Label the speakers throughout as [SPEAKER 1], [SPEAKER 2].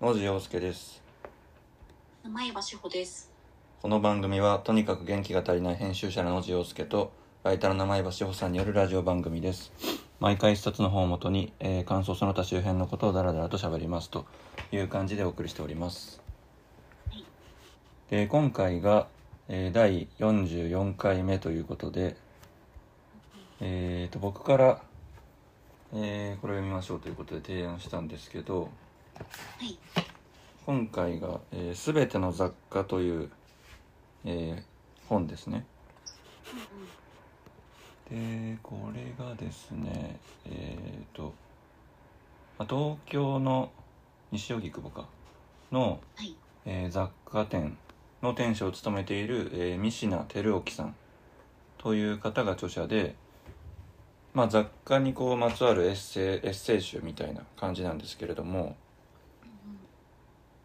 [SPEAKER 1] 野地洋介です
[SPEAKER 2] 名前は志保です。
[SPEAKER 1] この番組はとにかく元気が足りない編集者の野地洋介とライターの名前橋穂さんによるラジオ番組です毎回一冊の本をもとに、えー感想その他周辺のことをダラダラと喋りますという感じでお送りしております
[SPEAKER 2] い
[SPEAKER 1] で今回が、えー第44回目ということでえー、と僕から、えーこれを読みましょうということで提案したんですけど
[SPEAKER 2] はい。
[SPEAKER 1] 今回が「えー、全ての雑貨」という、えー本ですねでこれがですねえっ、と、まあ、東京の西荻窪かの、
[SPEAKER 2] はい。
[SPEAKER 1] えー雑貨店の店主を務めている、えー三品照興さんという方が著者で、まあ、雑貨にこうまつわるエッセイエッセイ集みたいな感じなんですけれども、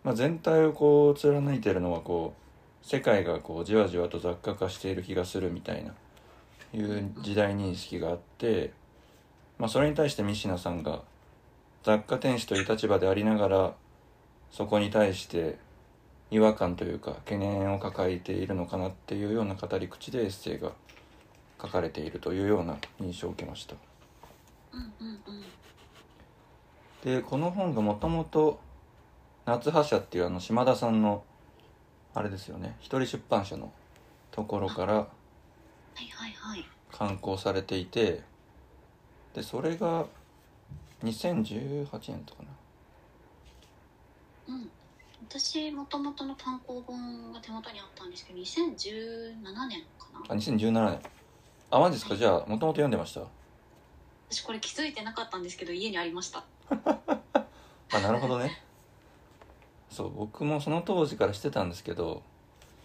[SPEAKER 1] まあ、全体をこう貫いてるのはこう世界がこうじわじわと雑貨化している気がするみたいないう時代認識があって、まあ、それに対して三品さんが雑貨店主という立場でありながらそこに対して違和感というか懸念を抱えているのかなっていうような語り口でエッセイが書かれているというような印象を受けました。
[SPEAKER 2] うんうんうん。
[SPEAKER 1] でこの本がもともと夏葉社っていうあの島田さんのあれですよね一人出版社のところから
[SPEAKER 2] はいはいはい。
[SPEAKER 1] 刊行されていてでそれが2018年とかな
[SPEAKER 2] うん。私、もともとの単行本が手元にあったんですけど、2017年かな
[SPEAKER 1] あ2017年あマジですかじゃあもともと読んでました
[SPEAKER 2] 私これ気づいてなかったんですけど、家にありました。
[SPEAKER 1] あなるほどねそう僕もその当時からしてたんですけど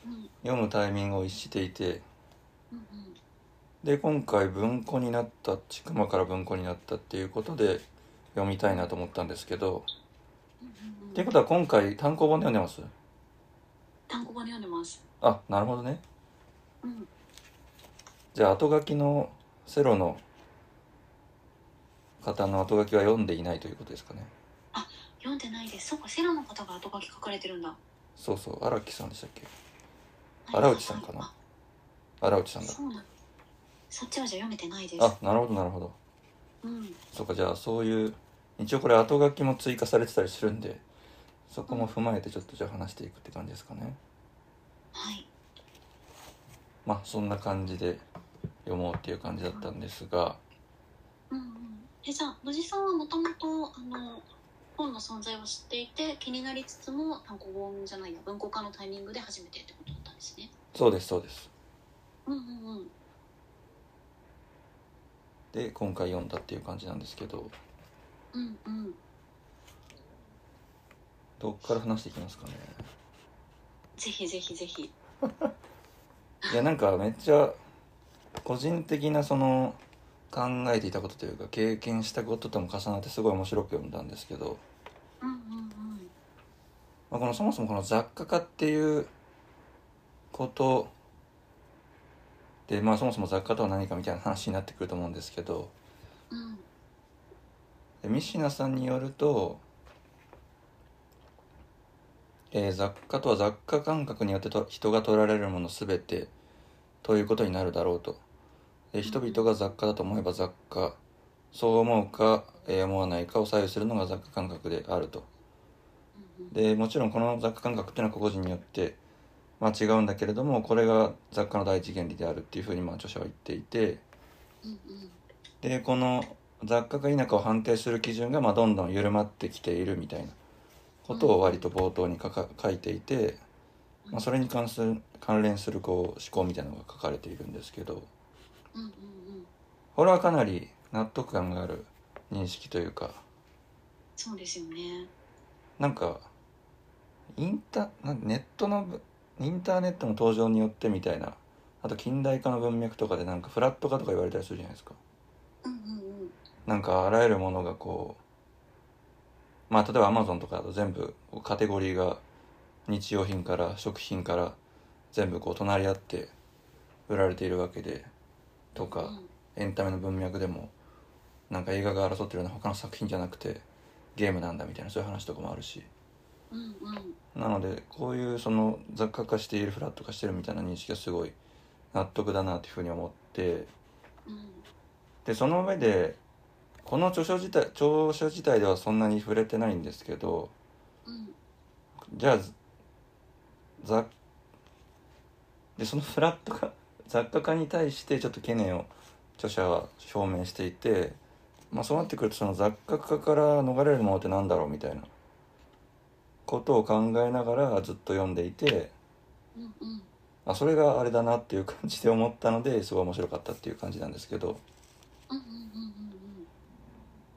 [SPEAKER 2] うん。うん
[SPEAKER 1] 読むタイミングを逸していて
[SPEAKER 2] うん。
[SPEAKER 1] で今回文庫になったちくまから文庫になったっていうことで読みたいなと思ったんですけど
[SPEAKER 2] うんうん
[SPEAKER 1] っ
[SPEAKER 2] う、
[SPEAKER 1] ていうんことは今回単行本で読んでます
[SPEAKER 2] 単行本で読んでます。
[SPEAKER 1] あなるほどね
[SPEAKER 2] うん。
[SPEAKER 1] じゃあ後書きのセロの方の後書きは読んでいないということですかね
[SPEAKER 2] 読んでないです。そっか、セラの方が後書き書かれてるんだ。
[SPEAKER 1] そうそう荒木さんでしたっけ
[SPEAKER 2] はい
[SPEAKER 1] 荒内さんかな荒内さ
[SPEAKER 2] あ
[SPEAKER 1] んだ
[SPEAKER 2] そうなんそっちはじゃあ読めてないです。
[SPEAKER 1] あなるほどなるほど
[SPEAKER 2] うん。
[SPEAKER 1] そうかじゃあそういう一応これ後書きも追加されてたりするんでそこも踏まえてちょっとじゃあ話していくって感じですかね
[SPEAKER 2] はい。
[SPEAKER 1] まあそんな感じで読もうっていう感じだったんですが
[SPEAKER 2] うんうん、えじゃあ野地さんはもともとあの本の存在を知っていて気になりつつも単行本じゃないや文庫化のタイミングで初めてってことだったんですね。
[SPEAKER 1] そうですそうです
[SPEAKER 2] うんうんうん。
[SPEAKER 1] で今回読んだっていう感じなんですけど
[SPEAKER 2] うんうん。
[SPEAKER 1] どっから話していきますかね
[SPEAKER 2] ぜひぜひぜひ。
[SPEAKER 1] いやなんかめっちゃ個人的なその考えていたことというか経験したこととも重なってすごい面白く読んだんですけど、
[SPEAKER 2] うんうんうん。
[SPEAKER 1] まあ、このそもそもこの雑貨化っていうことで、まあ、そもそも雑貨とは何かみたいな話になってくると思うんですけど
[SPEAKER 2] うん
[SPEAKER 1] で三品さんによると、えー雑貨とは雑貨感覚によってと人が取られるもの全てということになるだろうとで人々が雑貨だと思えば雑貨そう思うか、えー思わないかを左右するのが雑貨感覚であると
[SPEAKER 2] うんうん。
[SPEAKER 1] でもちろんこの雑貨感覚っていうのは個々人によって、まあ、違うんだけれどもこれが雑貨の第一原理であるっていうふうにまあ著者は言っていて
[SPEAKER 2] うんうん。
[SPEAKER 1] でこの雑貨か否かを判定する基準がまあどんどん緩まってきているみたいなことを割と冒頭に書か書いていて、まあ、それに関する関連するこう思考みたいなのが書かれているんですけど
[SPEAKER 2] うんうんうん。
[SPEAKER 1] これはかなり納得感がある認識というか
[SPEAKER 2] そうですよね。
[SPEAKER 1] なんかインタなんネットのぶインターネットの登場によってみたいなあと近代化の文脈とかでなんかフラット化とか言われたりするじゃないですか。
[SPEAKER 2] うんうんうん。
[SPEAKER 1] なんかあらゆるものがこうまあ例えばアマゾンとかだと全部カテゴリーが日用品から食品から全部こう隣り合って売られているわけでと
[SPEAKER 2] う
[SPEAKER 1] か
[SPEAKER 2] ん
[SPEAKER 1] エンタメの文脈でもなんか映画が争ってるような他の作品じゃなくてゲームなんだみたいなそういう話とかもあるし
[SPEAKER 2] うんうん
[SPEAKER 1] なのでこういうその雑貨化しているフラット化してるみたいな認識がすごい納得だなというふうに思って
[SPEAKER 2] うん
[SPEAKER 1] でその上でこの著書自体著書自体ではそんなに触れてないんですけど
[SPEAKER 2] うん
[SPEAKER 1] じゃあ雑でそのフラット化雑貨化に対してちょっと懸念を著者は表明していて、まあ、そうなってくるとその雑貨化から逃れるものってなんだろうみたいなことを考えながらずっと読んでいて
[SPEAKER 2] うんうん
[SPEAKER 1] あそれがあれだなっていう感じで思ったのですごい面白かったっていう感じなんですけど
[SPEAKER 2] うんうんうん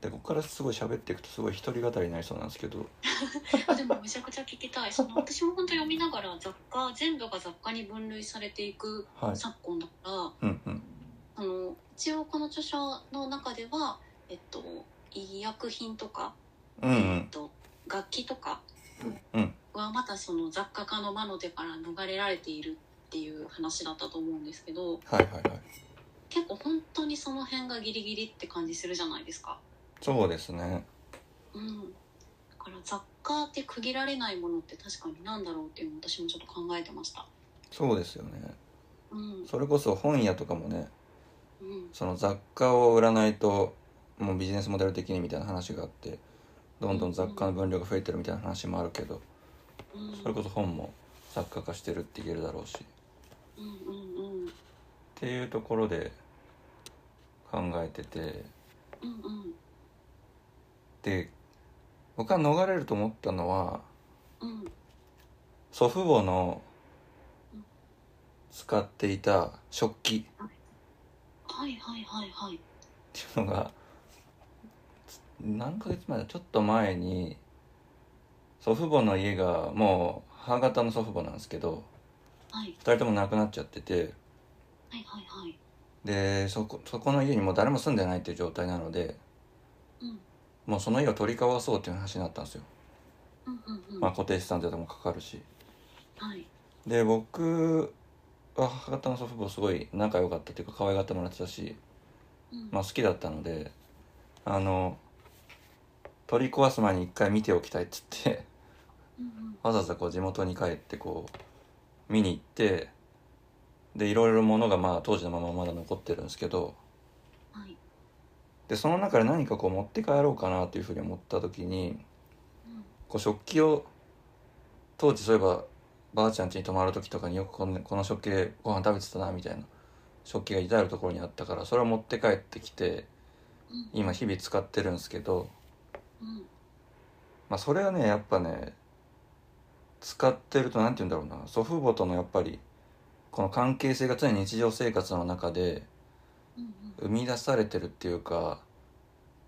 [SPEAKER 1] でここからすごい喋っていくとすごい独り語りになりそうなんですけど
[SPEAKER 2] うんでもめちゃくちゃ聞きたいその私も本当読みながら雑貨全部が雑貨に分類されていく
[SPEAKER 1] はい
[SPEAKER 2] 昨今だから、
[SPEAKER 1] うんうん
[SPEAKER 2] あの一応この著書の中では、えっと、医薬品とか、
[SPEAKER 1] うんう
[SPEAKER 2] えっ
[SPEAKER 1] ん
[SPEAKER 2] と、楽器とか
[SPEAKER 1] うん
[SPEAKER 2] はまたその雑貨家の魔の手から逃れられているっていう話だったと思うんですけど
[SPEAKER 1] はいはいはい
[SPEAKER 2] 結構本当にその辺がギリギリって感じするじゃないですか。
[SPEAKER 1] そうですね
[SPEAKER 2] うんだから雑貨って区切られないものって確かに何だろうっていうのを私もちょっと考えてました。
[SPEAKER 1] そうですよね
[SPEAKER 2] うん、
[SPEAKER 1] それこそ本屋とかもね
[SPEAKER 2] うん、
[SPEAKER 1] その雑貨を売らないともうビジネスモデル的にみたいな話があってどんどん雑貨の分量が増えてるみたいな話もあるけど
[SPEAKER 2] うん、
[SPEAKER 1] それこそ本も雑貨化してるって言えるだろうしっ
[SPEAKER 2] うんうんうん
[SPEAKER 1] ていうところで考えてて
[SPEAKER 2] うんうん
[SPEAKER 1] で僕は逃れると思ったのは
[SPEAKER 2] うん
[SPEAKER 1] 祖父母の
[SPEAKER 2] うん
[SPEAKER 1] 使っていた食器っ
[SPEAKER 2] はいはいはいはい。
[SPEAKER 1] ていうのがつ何ヶ月前だちょっと前に祖父母の家がもう母方の祖父母なんですけど
[SPEAKER 2] はい
[SPEAKER 1] 2人とも亡くなっちゃってて
[SPEAKER 2] はいはいはい。
[SPEAKER 1] でそこそこの家にもう誰も住んでないっていう状態なので
[SPEAKER 2] うん
[SPEAKER 1] もうその家を取り交わそうっていう話になったんですよ、
[SPEAKER 2] うんうんうん。
[SPEAKER 1] まあ、固定資産税とかもかかるし
[SPEAKER 2] はい。
[SPEAKER 1] で僕は母方の祖父母すごい仲良かったっていうか可愛がってもらってたし、
[SPEAKER 2] うん
[SPEAKER 1] まあ、好きだったのであの取り壊す前に一回見ておきたいっつって
[SPEAKER 2] うんうん
[SPEAKER 1] わざわざこう地元に帰ってこう見に行ってでいろいろ物がまあ当時のまままだ残ってるんですけど
[SPEAKER 2] はい。
[SPEAKER 1] でその中で何かこう持って帰ろうかなというふうに思った時に
[SPEAKER 2] うん
[SPEAKER 1] こう食器を当時そういえばばあちゃん家に泊まる時とかによくこのこの食器でご飯食べてたなみたいな食器が至る所にあったからそれを持って帰ってきて
[SPEAKER 2] うん
[SPEAKER 1] 今日々使ってるんですけど、
[SPEAKER 2] うん
[SPEAKER 1] まあ、それはねやっぱね使ってると何て言うんだろうな祖父母とのやっぱりこの関係性が常に日常生活の中で
[SPEAKER 2] うん
[SPEAKER 1] 生み出されてるっていうか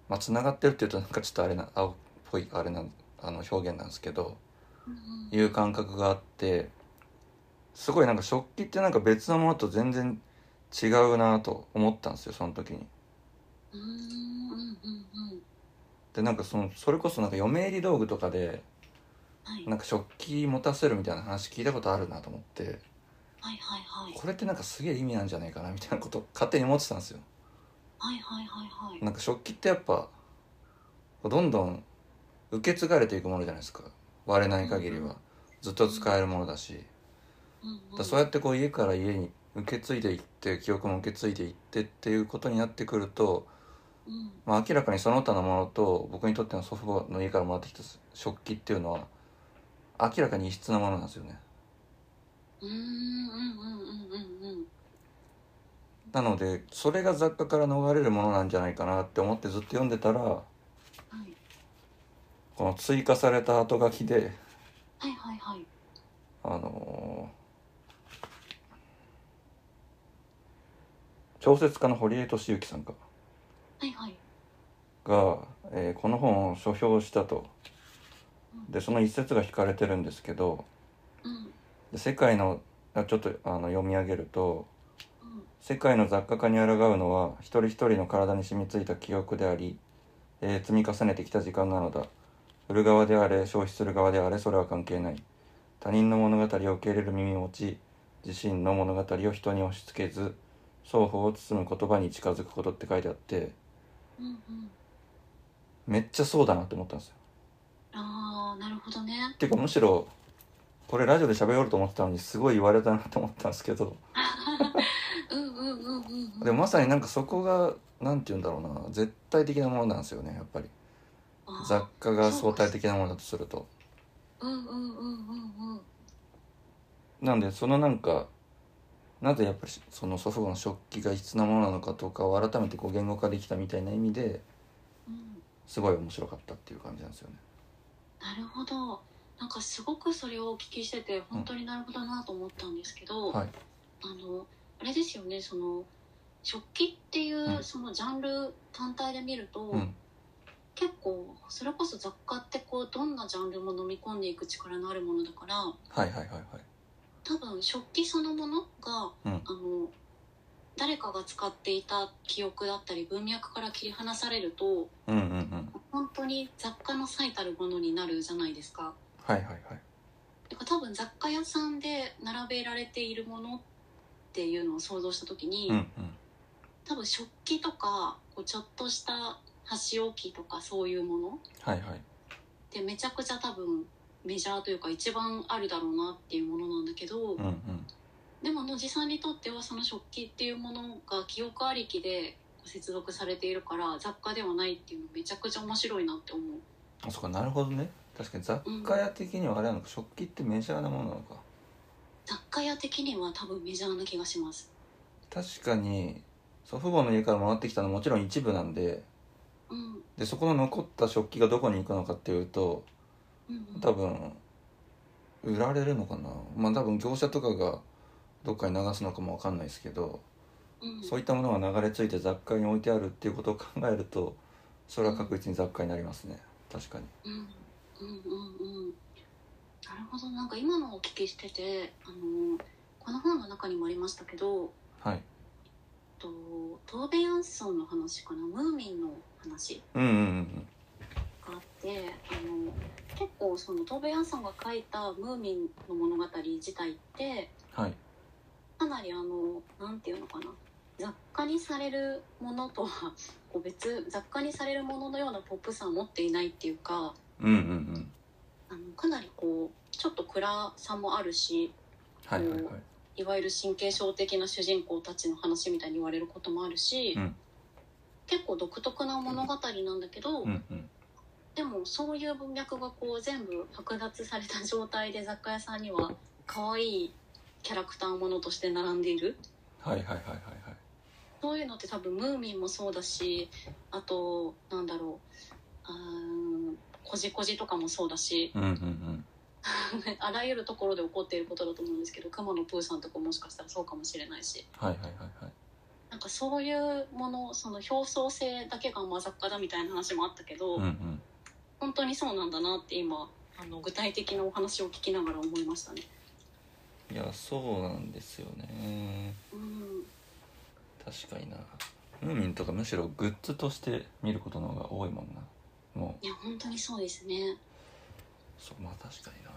[SPEAKER 1] まあつながってるっていうとなんかちょっとあれな青っぽいあれなあの表現なんですけど
[SPEAKER 2] うん
[SPEAKER 1] いう感覚があってすごいなんか食器ってなんか別のものと全然違うなと思ったんですよその時に。
[SPEAKER 2] うんうんうんうん
[SPEAKER 1] でなんかそのそれこそなんか嫁入り道具とかで
[SPEAKER 2] はい
[SPEAKER 1] なんか食器持たせるみたいな話聞いたことあるなと思って
[SPEAKER 2] はいはいはい
[SPEAKER 1] これってなんかすげえ意味なんじゃないかなみたいなこと勝手に思ってたんですよ。
[SPEAKER 2] はいはいはいはい
[SPEAKER 1] なんか食器ってやっぱどんどん受け継がれていくものじゃないですか割れない限り
[SPEAKER 2] うんうん
[SPEAKER 1] はずっと使えるものだし
[SPEAKER 2] うんうん
[SPEAKER 1] だそうやってこう家から家に受け継いでいって記憶も受け継いでいってっていうことになってくると、
[SPEAKER 2] うん
[SPEAKER 1] まあ、明らかにその他のものと僕にとっての祖父母の家からもらってきた食器っていうのは明らかに異質なものなんですよね
[SPEAKER 2] うんうんうんうんうんうん
[SPEAKER 1] なのでそれが雑貨から逃れるものなんじゃないかなって思ってずっと読んでたら
[SPEAKER 2] はい
[SPEAKER 1] この追加された後書きで
[SPEAKER 2] はいはいはい
[SPEAKER 1] あのー小説家の堀江敏行さんか
[SPEAKER 2] はいはい
[SPEAKER 1] が、えーこの本を書評したとでその一節が引かれてるんですけど
[SPEAKER 2] うん
[SPEAKER 1] 「で世界の」あちょっとあの読み上げると
[SPEAKER 2] うん
[SPEAKER 1] 「世界の雑貨化に抗うのは一人一人の体に染みついた記憶であり、えー積み重ねてきた時間なのだ売る側であれ消費する側であれそれは関係ない」他人の物語を受け入れる耳を持ち自身の物語を人に押し付けず双方を包む言葉に近づくことって書いてあって
[SPEAKER 2] うんうん
[SPEAKER 1] めっちゃそうだなって思ったんですよ
[SPEAKER 2] ああなるほどね
[SPEAKER 1] てかむしろこれラジオで喋ろうと思ってたのにすごい言われたなと思ったんですけど
[SPEAKER 2] うんうんうんうんうん
[SPEAKER 1] でもまさになんかそこがなんて言うんだろうな絶対的なものなんですよねやっぱり
[SPEAKER 2] あー
[SPEAKER 1] 雑貨が相対的なものだとすると
[SPEAKER 2] うんうんうんうんうん
[SPEAKER 1] なんでそのなんかなぜやっぱりその祖父母の食器が必須なものなのかとかを改めてこう言語化できたみたいな意味で
[SPEAKER 2] うん
[SPEAKER 1] すごい面白かったっていう感じなんですよね
[SPEAKER 2] なるほどなんかすごくそれをお聞きしてて本当になるほどなと思ったんですけど、
[SPEAKER 1] はい
[SPEAKER 2] あのあれですよねその食器っていううんそのジャンル単体で見ると、
[SPEAKER 1] うん
[SPEAKER 2] 結構それこそ雑貨ってこうどんなジャンルも飲み込んでいく力のあるものだから
[SPEAKER 1] はいはいはいはい
[SPEAKER 2] 多分食器そのものが、
[SPEAKER 1] うん
[SPEAKER 2] あの誰かが使っていた記憶だったり文脈から切り離されると
[SPEAKER 1] うんうんうん
[SPEAKER 2] 本当に雑貨の最たるものになるじゃないですか。
[SPEAKER 1] はいはいはい
[SPEAKER 2] だから多分雑貨屋さんで並べられているものっていうのを想像した時に、
[SPEAKER 1] うんうん
[SPEAKER 2] 多分食器とかこうちょっとした箸置きとかそういうものっ
[SPEAKER 1] はいはい
[SPEAKER 2] てめちゃくちゃ多分メジャーというか一番あるだろうなっていうものなんだけど、
[SPEAKER 1] うんうん
[SPEAKER 2] でも野地さんにとってはその食器っていうものが記憶ありきで接続されているから雑貨ではないっていうのめちゃくちゃ面白いなって思う。
[SPEAKER 1] あそっかなるほどね確かに雑貨屋的にはあれなのか食器ってメジャーなものなのか
[SPEAKER 2] 雑貨屋的には多分メジャーな気がします。
[SPEAKER 1] 確かに祖父母の家からもらってきたのはもちろん一部なんで
[SPEAKER 2] うん、うん、
[SPEAKER 1] でそこの残った食器がどこに行くのかっていうと
[SPEAKER 2] うん。
[SPEAKER 1] 多分売られるのかなまあ多分業者とかがどっかに流すのかもわかんないですけど
[SPEAKER 2] うん
[SPEAKER 1] そういったものが流れ着いて雑貨に置いてあるっていうことを考えるとそれは確実に雑貨になりますね確かに
[SPEAKER 2] うんうんうんうんなるほどなんか今のお聞きしててあのこの本の中にもありましたけど
[SPEAKER 1] はい
[SPEAKER 2] とトーベ・ヤンソンの話かなムーミンの話
[SPEAKER 1] うんうんうん
[SPEAKER 2] があってあの結構そのトーベ・ヤンソンが書いたムーミンの物語自体って
[SPEAKER 1] うんはい
[SPEAKER 2] かなりあのなんていうのかな雑貨にされるものとはこう別雑貨にされるもののようなポップさを持っていないっていうか
[SPEAKER 1] うんうんうん
[SPEAKER 2] あのかなりこうちょっと暗さもあるし
[SPEAKER 1] はいはいはい
[SPEAKER 2] いわゆる神経症的な主人公たちの話みたいに言われることもあるし、
[SPEAKER 1] うん
[SPEAKER 2] 結構独特な物語なんだけど、
[SPEAKER 1] うんうん
[SPEAKER 2] でもそういう文脈がこう全部剥奪された状態で雑貨屋さんには可愛いキャラクターものとして並んでいる
[SPEAKER 1] はいはいはいはいはい
[SPEAKER 2] そういうのって多分ムーミンもそうだしあとなんだろううーんこじこじとかもそうだし
[SPEAKER 1] うんうんうん
[SPEAKER 2] あらゆるところで起こっていることだと思うんですけど熊野プーさんとかもしかしたらそうかもしれないし。
[SPEAKER 1] はいはいはいはい
[SPEAKER 2] なんかそういうものその表層性だけがまあ雑貨だみたいな話もあったけど、
[SPEAKER 1] うんうん
[SPEAKER 2] 本当にそうなんだなって今あの具体的なお話を聞きながら思いましたね。
[SPEAKER 1] いやそうなんですよね
[SPEAKER 2] うん、
[SPEAKER 1] 確かになムーミンとかむしろグッズとして見ることの方が多いもんなもう
[SPEAKER 2] いや本当にそうですね。
[SPEAKER 1] そうまあ確かにな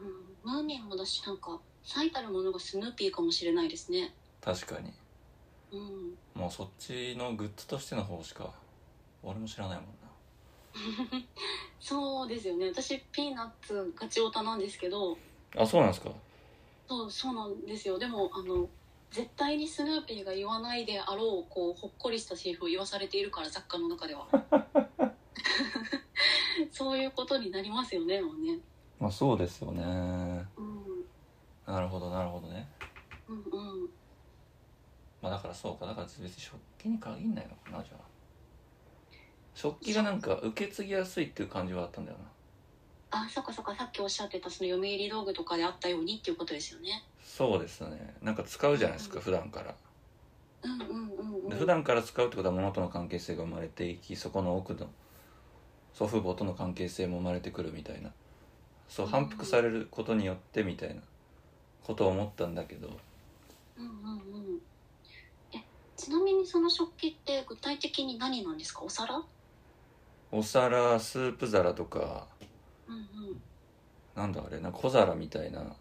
[SPEAKER 2] うん、ムーミンもだしなんか最たるものがスヌーピーかもしれないですね。
[SPEAKER 1] 確かに
[SPEAKER 2] うん、
[SPEAKER 1] もうそっちのグッズとしての方しか俺も知らないもんな
[SPEAKER 2] そうですよね。私ピーナッツガチオタなんですけど、
[SPEAKER 1] あそうなんですか
[SPEAKER 2] そうそうなんですよ。でもあの絶対にスヌーピーが言わないであろうこうほっこりしたセリフを言わされているから雑貨の中では。 そういうことになりますよね、もうね。
[SPEAKER 1] まあそうですよね
[SPEAKER 2] うん
[SPEAKER 1] なるほどなるほどね
[SPEAKER 2] うんうん。
[SPEAKER 1] まあだからそうかだから別に食器に限んないのかなじゃあ食器がなんか受け継ぎやすいっていう感じはあったんだよな
[SPEAKER 2] あ、そっかそっか。さっきおっしゃってたその読売道具とかであったようにっていうことですよね。
[SPEAKER 1] そうですねなんか使うじゃないですか普段から
[SPEAKER 2] うんうんうんうん。
[SPEAKER 1] で普段から使うってことは物との関係性が生まれていきそこの奥の祖父母との関係性も生まれてくるみたいなそう
[SPEAKER 2] うん
[SPEAKER 1] 反復されることによってみたいなことを思ったんだけど
[SPEAKER 2] うんうんうん。え、ちなみにその食器って具体的に何なんですか？お皿？うん
[SPEAKER 1] お皿スープ皿とか
[SPEAKER 2] うん
[SPEAKER 1] なんだあれなんか小皿みたいな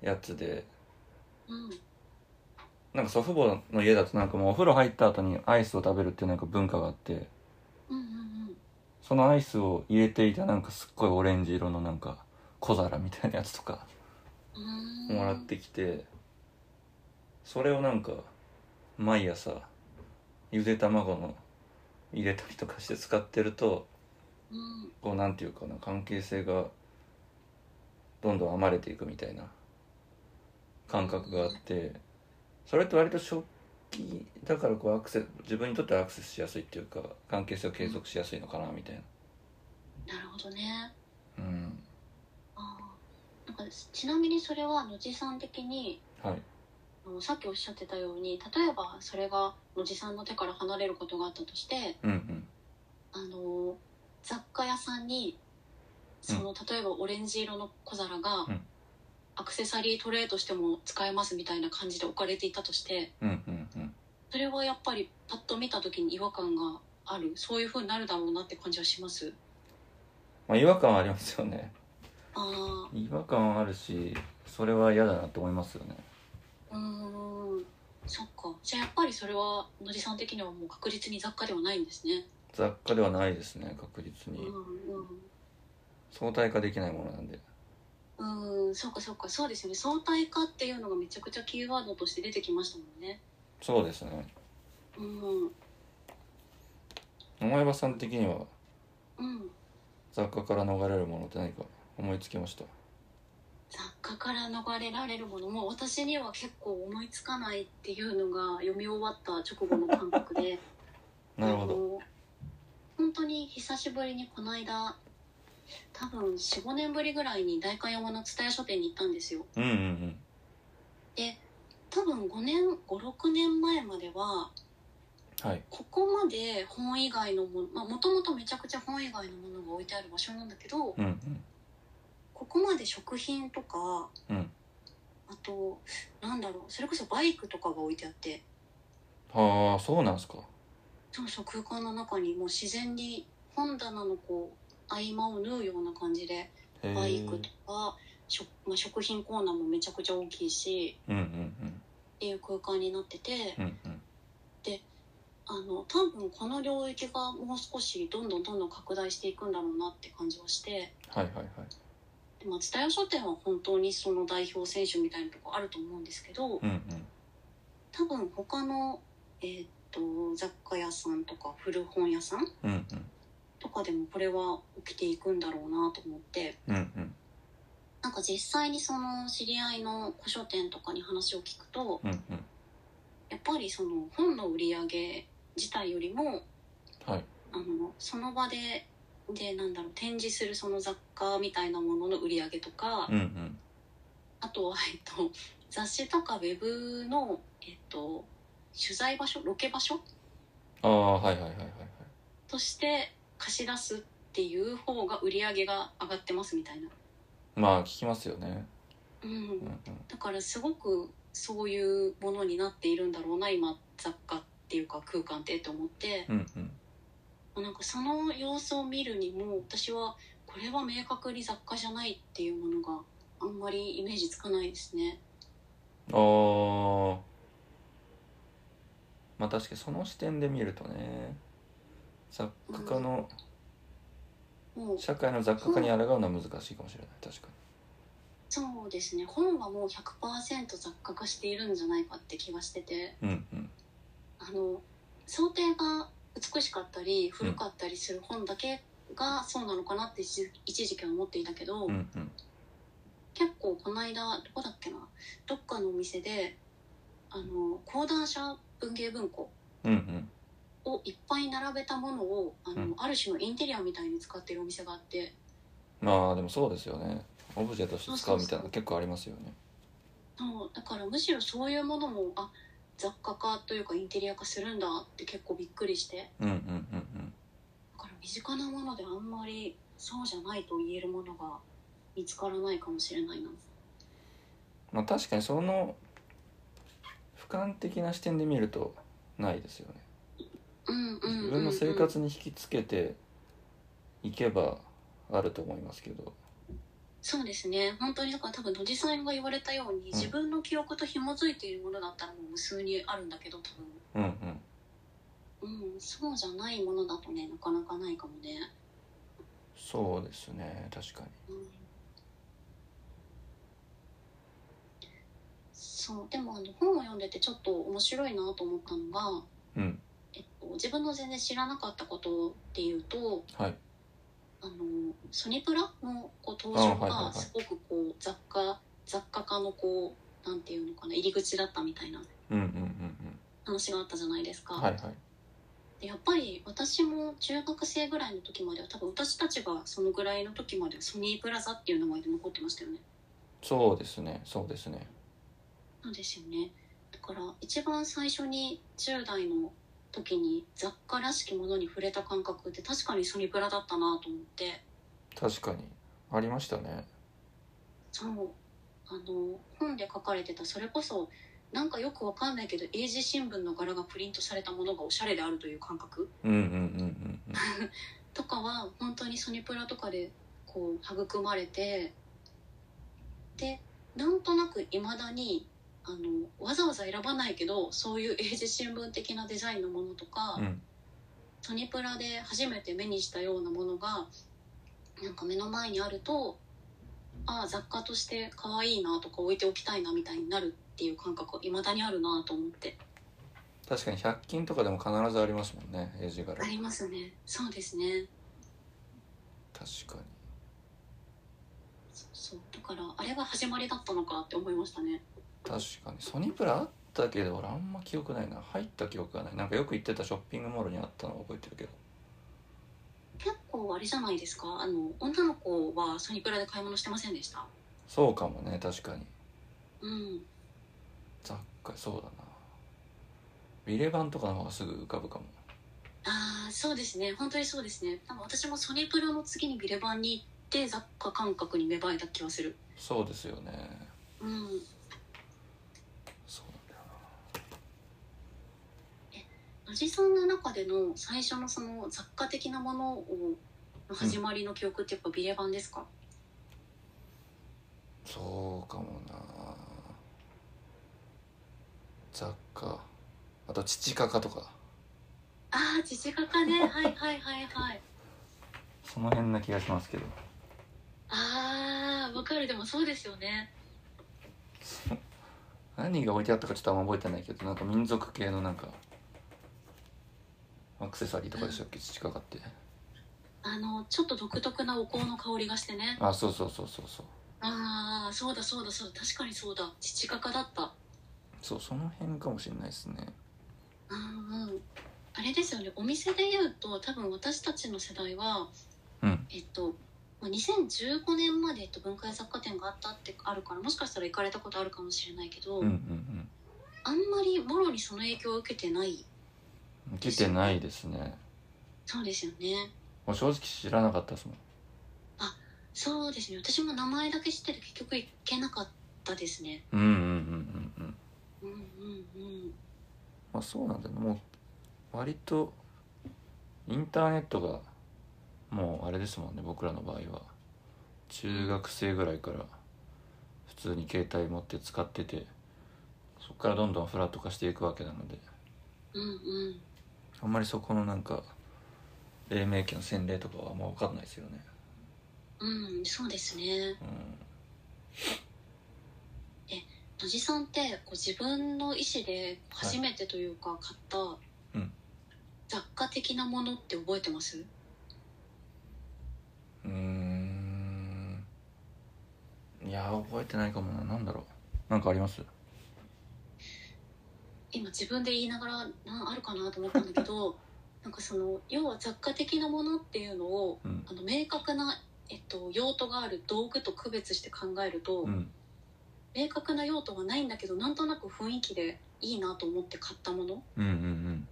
[SPEAKER 1] やつで
[SPEAKER 2] うん
[SPEAKER 1] なんか祖父母の家だとなんかもうお風呂入った後にアイスを食べるっていうなんか文化があって
[SPEAKER 2] うんうんうん。
[SPEAKER 1] そのアイスを入れていたなんかすっごいオレンジ色のなんか小皿みたいなやつとか
[SPEAKER 2] うん
[SPEAKER 1] もらってきてそれをなんか毎朝ゆで卵の入れたりとかして使ってると
[SPEAKER 2] うん
[SPEAKER 1] こうなんていうかな関係性がどんどん余れていくみたいな感覚があってそれって割と食器だからこうアクセ自分にとってはアクセスしやすいっていうか関係性を継続しやすいのかなみたいな。
[SPEAKER 2] なるほどね
[SPEAKER 1] うん
[SPEAKER 2] あーなんかちなみにそれは野地さん的に
[SPEAKER 1] はい、
[SPEAKER 2] あのさっきおっしゃってたように例えばそれが野地さんの手から離れることがあったとして
[SPEAKER 1] うんうん
[SPEAKER 2] あの雑貨屋さんにその、例えばオレンジ色の小皿が、
[SPEAKER 1] うん
[SPEAKER 2] アクセサリートレイとしても使えますみたいな感じで置かれていたとして
[SPEAKER 1] うんうんうん
[SPEAKER 2] それはやっぱりパッと見た時に違和感があるそういう風になるだろうなって感じはします
[SPEAKER 1] まあ違和感はありますよね
[SPEAKER 2] あ
[SPEAKER 1] 違和感はあるしそれは嫌だなと思いますよね
[SPEAKER 2] あうーんそっかじゃあやっぱりそれは野地さん的にはもう確実に雑貨ではないんですね
[SPEAKER 1] 雑貨ではないですね確実
[SPEAKER 2] う
[SPEAKER 1] に
[SPEAKER 2] ん
[SPEAKER 1] 相対化できないものなんで
[SPEAKER 2] うんうんそうかそうかそうですよね相対化っていうのがめちゃくちゃキーワードとして出てきましたもんね
[SPEAKER 1] そうですね
[SPEAKER 2] うん
[SPEAKER 1] 野前場さん的には
[SPEAKER 2] うん
[SPEAKER 1] 雑貨から逃れるものって何か思いつきました
[SPEAKER 2] 雑貨から逃れられるものもう私には結構思いつかないっていうのが読み終わった直後の感覚で
[SPEAKER 1] なるほ
[SPEAKER 2] あ
[SPEAKER 1] ど
[SPEAKER 2] の本当に久しぶりにこの間多分45年ぶりぐらいに代官山の蔦屋書店に行ったんですよ
[SPEAKER 1] うんうんうん
[SPEAKER 2] 多分5年56年前までは
[SPEAKER 1] はい
[SPEAKER 2] ここまで本以外のものまあもともとめちゃくちゃ本以外のものが置いてある場所なんだけど、
[SPEAKER 1] うんうん
[SPEAKER 2] ここまで食品とか、
[SPEAKER 1] うん
[SPEAKER 2] あとなんだろうそれこそバイクとかが置いてあって
[SPEAKER 1] はあそうなんすか
[SPEAKER 2] そうそう空間の中にもう自然に本棚のこう合間を縫うような感じで
[SPEAKER 1] へえ
[SPEAKER 2] バイクとか、食まあ、食品コーナーもめちゃくちゃ大きいし
[SPEAKER 1] うんうんうん
[SPEAKER 2] っていう空間になってて、
[SPEAKER 1] うんうん
[SPEAKER 2] あの多分この領域がもう少しどんどんどんどん拡大していくんだろうなって感じはして。
[SPEAKER 1] はいはいはい
[SPEAKER 2] でまあ、蔦屋書店は本当にその代表選手みたいなとこあると思うんですけど、
[SPEAKER 1] うんうん
[SPEAKER 2] 多分他の、えーっと雑貨屋さんとか古本屋さん
[SPEAKER 1] うん
[SPEAKER 2] とかでもこれは起きていくんだろうなと思って
[SPEAKER 1] うんうんうん
[SPEAKER 2] なんか実際にその知り合いの古書店とかに話を聞くと
[SPEAKER 1] うんうん
[SPEAKER 2] やっぱりその本の売り上げ自体よりも
[SPEAKER 1] はい
[SPEAKER 2] あのその場ででなんだろう展示するその雑貨みたいなものの売り上げとか、
[SPEAKER 1] うんうん
[SPEAKER 2] あとは、えっと、雑誌とかウェブの、えっと、取材場所ロケ場所
[SPEAKER 1] ああはいはいはいはいはい
[SPEAKER 2] として貸し出すっていう方が売り上げが上がってますみたいな、
[SPEAKER 1] まあ聞きますよね
[SPEAKER 2] う
[SPEAKER 1] うん
[SPEAKER 2] ん、
[SPEAKER 1] うん
[SPEAKER 2] だからすごくそういうものになっているんだろうな今雑貨っていうか空間ってと思って
[SPEAKER 1] うんうん
[SPEAKER 2] なんかその様子を見るにも私はこれは明確に雑貨じゃないっていうものがあんまりイメージつかないですね。
[SPEAKER 1] あーまあ確かにその視点で見るとね雑貨家の
[SPEAKER 2] もう
[SPEAKER 1] 社会の雑貨家に抗うのは難しいかもしれない確か
[SPEAKER 2] そうですね本はもう100%雑貨化しているんじゃないかって気がしてて
[SPEAKER 1] にうんうん
[SPEAKER 2] あの想定が美しかったり古かったりする本だけがそうなのかなって一時一時期は思っていたけど、
[SPEAKER 1] うんうん
[SPEAKER 2] 結構この間どこだっけなどっかのお店であの講談社文芸文庫
[SPEAKER 1] うんうん
[SPEAKER 2] をいっぱい並べたものをあの、
[SPEAKER 1] うん
[SPEAKER 2] ある種のインテリアみたいに使ってるお店があって
[SPEAKER 1] まあでもそうですよねオブジェとして使うみたいなの結構ありますよね
[SPEAKER 2] そうだからむしろそういうものもあ雑貨化というかインテリア化するんだって結構びっくりして
[SPEAKER 1] うんうんうん
[SPEAKER 2] だから身近なものであんまりそうじゃないと言えるものが見つからないかもしれないな。
[SPEAKER 1] まあ確かにその俯瞰的な視点で見るとないですよね
[SPEAKER 2] うんうんうんうん
[SPEAKER 1] 自分の生活に引きつけていけばあると思いますけど
[SPEAKER 2] そうですね本当にだから多分野地さんが言われたように、自分の記憶と紐づいているものだったらもう無数にあるんだけど
[SPEAKER 1] うんうん
[SPEAKER 2] 多分、うん、そうじゃないものだとねなかなかないかもね
[SPEAKER 1] そうですね確かに
[SPEAKER 2] うんそうでもあの本を読んでてちょっと面白いなと思ったのが、
[SPEAKER 1] うん
[SPEAKER 2] えっと、自分の全然知らなかったことっていうと
[SPEAKER 1] はい
[SPEAKER 2] あのソニプラのこう登場
[SPEAKER 1] あはいはいは
[SPEAKER 2] が
[SPEAKER 1] い
[SPEAKER 2] すごくこう雑貨雑貨家のこうなんていうのかな入り口だったみたいな
[SPEAKER 1] うんうんうん
[SPEAKER 2] 話があったじゃないですか。
[SPEAKER 1] うんはいはい
[SPEAKER 2] でやっぱり私も中学生ぐらいの時までは多分私たちがそのぐらいの時まではソニープラザっていう名前で残ってましたよね。
[SPEAKER 1] そうですねそうですね
[SPEAKER 2] そうですよねだから一番最初に10代の時に雑貨らしきものに触れた感覚って確かにソニプラだったなと思って
[SPEAKER 1] 確かにありましたね
[SPEAKER 2] そのあの本で書かれてたそれこそなんかよくわかんないけど英字新聞の柄がプリントされたものがおしゃれであるという感覚
[SPEAKER 1] うんうんうんうん
[SPEAKER 2] とかは本当にソニプラとかでこう育まれてでなんとなくいまだにあのわざわざ選ばないけどそういう英字新聞的なデザインのものとか、
[SPEAKER 1] うんうん
[SPEAKER 2] ソニプラで初めて目にしたようなものがなんか目の前にあるとああ雑貨として可愛いなとか置いておきたいなみたいになるっていう感覚はいまだにあるなと思って
[SPEAKER 1] 確かに100均とかでも必ずありますもんね絵字柄
[SPEAKER 2] あ
[SPEAKER 1] 確
[SPEAKER 2] りますねそうですね
[SPEAKER 1] かに
[SPEAKER 2] そうそうだからあれが始まりだったのかって思いましたね
[SPEAKER 1] 確かにソニプラあったけど俺あんま記憶ないな入った記憶がないなんかよく行ってたショッピングモールにあったのは覚えてるけど
[SPEAKER 2] 結構あれじゃないですかあの女の子はソニプラで買い物してませんでした
[SPEAKER 1] そうかもね確かに
[SPEAKER 2] うん
[SPEAKER 1] 雑貨そうだなビレ版とかの方がすぐ浮かぶかも
[SPEAKER 2] ああそうですね本当にそうですね多分私もソニプラの次にビレバンに行って雑貨感覚に芽生えた気はする
[SPEAKER 1] そうですよね
[SPEAKER 2] うん
[SPEAKER 1] そう
[SPEAKER 2] 野地さんの中での最初のその雑貨的なものをの始まりの記憶ってやっぱビレ版ですか、
[SPEAKER 1] そうかもな雑貨あと父かかとか
[SPEAKER 2] ああ父画 家ねはいはいはいはい
[SPEAKER 1] その辺な気がしますけど
[SPEAKER 2] ああわかるでもそうですよね
[SPEAKER 1] 何が置いてあったかちょっとあんま覚えてないけどなんか民族系のなんかアクセサリーとかでしたっけ父かかって
[SPEAKER 2] あのちょっと独特なお香の香りがしてね
[SPEAKER 1] あそうそうそうそうそう
[SPEAKER 2] ああそうだそうだそうだ確かにそうだ父画家だった
[SPEAKER 1] そうその辺かもしれないですね
[SPEAKER 2] うんうんあれですよねお店で言うと多分私たちの世代は
[SPEAKER 1] うん
[SPEAKER 2] えっとまあ2015年まで、えっと、文化や雑貨店があったってあるからもしかしたら行かれたことあるかもしれないけど、
[SPEAKER 1] うんうん
[SPEAKER 2] あんまりもろにその影響を受けてない
[SPEAKER 1] うん来てないですね
[SPEAKER 2] そうですよね
[SPEAKER 1] もう正直知らなかったですもん
[SPEAKER 2] そうですね私も名前だけ知ってて結局行けなかったですね
[SPEAKER 1] うんうんうんうんうん
[SPEAKER 2] うんうんうん
[SPEAKER 1] まあそうなんだよもう割とインターネットがもうあれですもんね僕らの場合は中学生ぐらいから普通に携帯持って使っててそっからどんどんフラット化していくわけなので
[SPEAKER 2] うんうん
[SPEAKER 1] あんまりそこのなんか黎明期の洗礼とかはあんま分かんないですよね
[SPEAKER 2] うんそうですね
[SPEAKER 1] うん
[SPEAKER 2] 野地さんってこう自分の意思で初めてというか買った、
[SPEAKER 1] うん
[SPEAKER 2] 雑貨的なものって覚えてます
[SPEAKER 1] うーんいや覚えてないかもななんだろうなんかあります
[SPEAKER 2] 今自分で言いながらなんあるかなと思ったんだ けどなんかその要は雑貨的なものっていうのを
[SPEAKER 1] うん
[SPEAKER 2] あの明確な、えっと、用途がある道具と区別して考えると、
[SPEAKER 1] うん
[SPEAKER 2] 明確な用途はないんだけどなんとなく雰囲気でいいなと思って買ったものっ
[SPEAKER 1] うんうん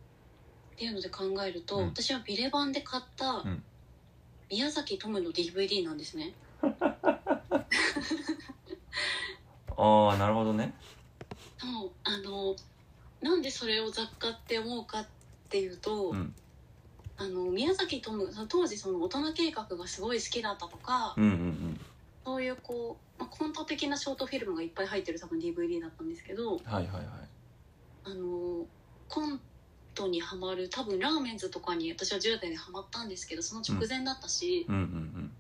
[SPEAKER 2] ていうので考えると、
[SPEAKER 1] うん
[SPEAKER 2] 私はビレ版で買った
[SPEAKER 1] ん
[SPEAKER 2] 宮崎トムの DVD なんですね。
[SPEAKER 1] うんああなるほどね
[SPEAKER 2] でもあのなんでそれを雑貨って思うかっていうと、
[SPEAKER 1] うん
[SPEAKER 2] あの宮崎トムその当時その大人計画がすごい好きだったとか、
[SPEAKER 1] うんうんうん
[SPEAKER 2] そういうこう、まあ、コント的なショートフィルムがいっぱい入ってる多分 DVD だったんですけ
[SPEAKER 1] は
[SPEAKER 2] ど。
[SPEAKER 1] いはいはい
[SPEAKER 2] あのコントにハマる多分ラーメンズとかに私は10代でハマったんですけどその直前だったし、
[SPEAKER 1] うんうんうん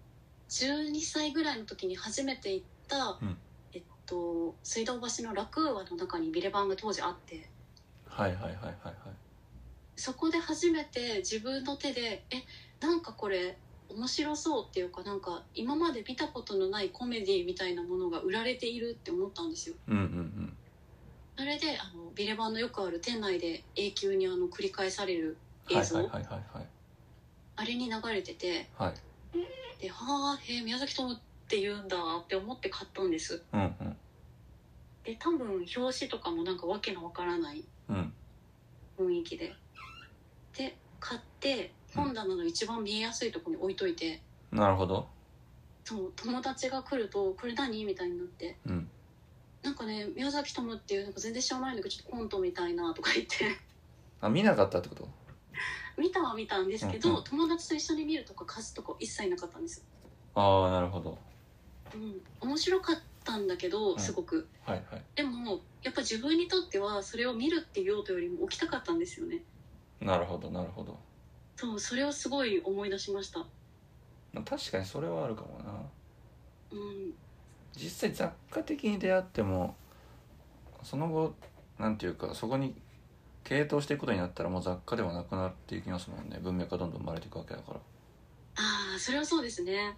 [SPEAKER 2] 12歳ぐらいの時に初めて行った、
[SPEAKER 1] うん
[SPEAKER 2] えっと、水道橋の楽和の中にビレバンが当時あって
[SPEAKER 1] はいはいはいはいはい
[SPEAKER 2] そこで初めて自分の手でえなんかこれ面白そうっていうかなんか今まで見たことのないコメディみたいなものが売られているって思ったんですよ。
[SPEAKER 1] うんうんうん
[SPEAKER 2] それであのビレバンのよくある店内で永久にあの繰り返される
[SPEAKER 1] は
[SPEAKER 2] 映
[SPEAKER 1] い
[SPEAKER 2] 像、
[SPEAKER 1] はいはいはいはい
[SPEAKER 2] あれに流れてて
[SPEAKER 1] はい
[SPEAKER 2] で「はあへえ宮崎智って言うんだ」って思って買ったんです
[SPEAKER 1] うんうん
[SPEAKER 2] で多分表紙とかもなんかわけのわからない
[SPEAKER 1] うん
[SPEAKER 2] 雰囲気でで買って本棚の一番見えやすいとこに置いといて、
[SPEAKER 1] なるほど
[SPEAKER 2] その友達が来ると「これ何?」みたいになって
[SPEAKER 1] うん
[SPEAKER 2] 「なんかね宮崎智っていうなんか全然知らないんだけどちょっとコントみたいな」とか言って
[SPEAKER 1] あ見なかったってこと
[SPEAKER 2] 見たは見たんですけど、
[SPEAKER 1] うんうん
[SPEAKER 2] 友達と一緒に見るとか貸すとか一切なかったんです、
[SPEAKER 1] ああなるほど
[SPEAKER 2] うん、面白かったんだけ
[SPEAKER 1] う
[SPEAKER 2] ど
[SPEAKER 1] ん
[SPEAKER 2] すごく、
[SPEAKER 1] はいはい
[SPEAKER 2] でもやっぱ自分にとってはそれを見るっていう用途よりも起きたかったんですよね
[SPEAKER 1] なるほどなるほど
[SPEAKER 2] そうそれをすごい思い出しました
[SPEAKER 1] まあ確かにそれはあるかもな
[SPEAKER 2] うん
[SPEAKER 1] 実際雑貨的に出会ってもその後なんていうかそこに傾倒していくことになったらもう雑貨ではなくなっていきますもんね文脈がどんどん生まれていくわけだから
[SPEAKER 2] ああそれはそうですね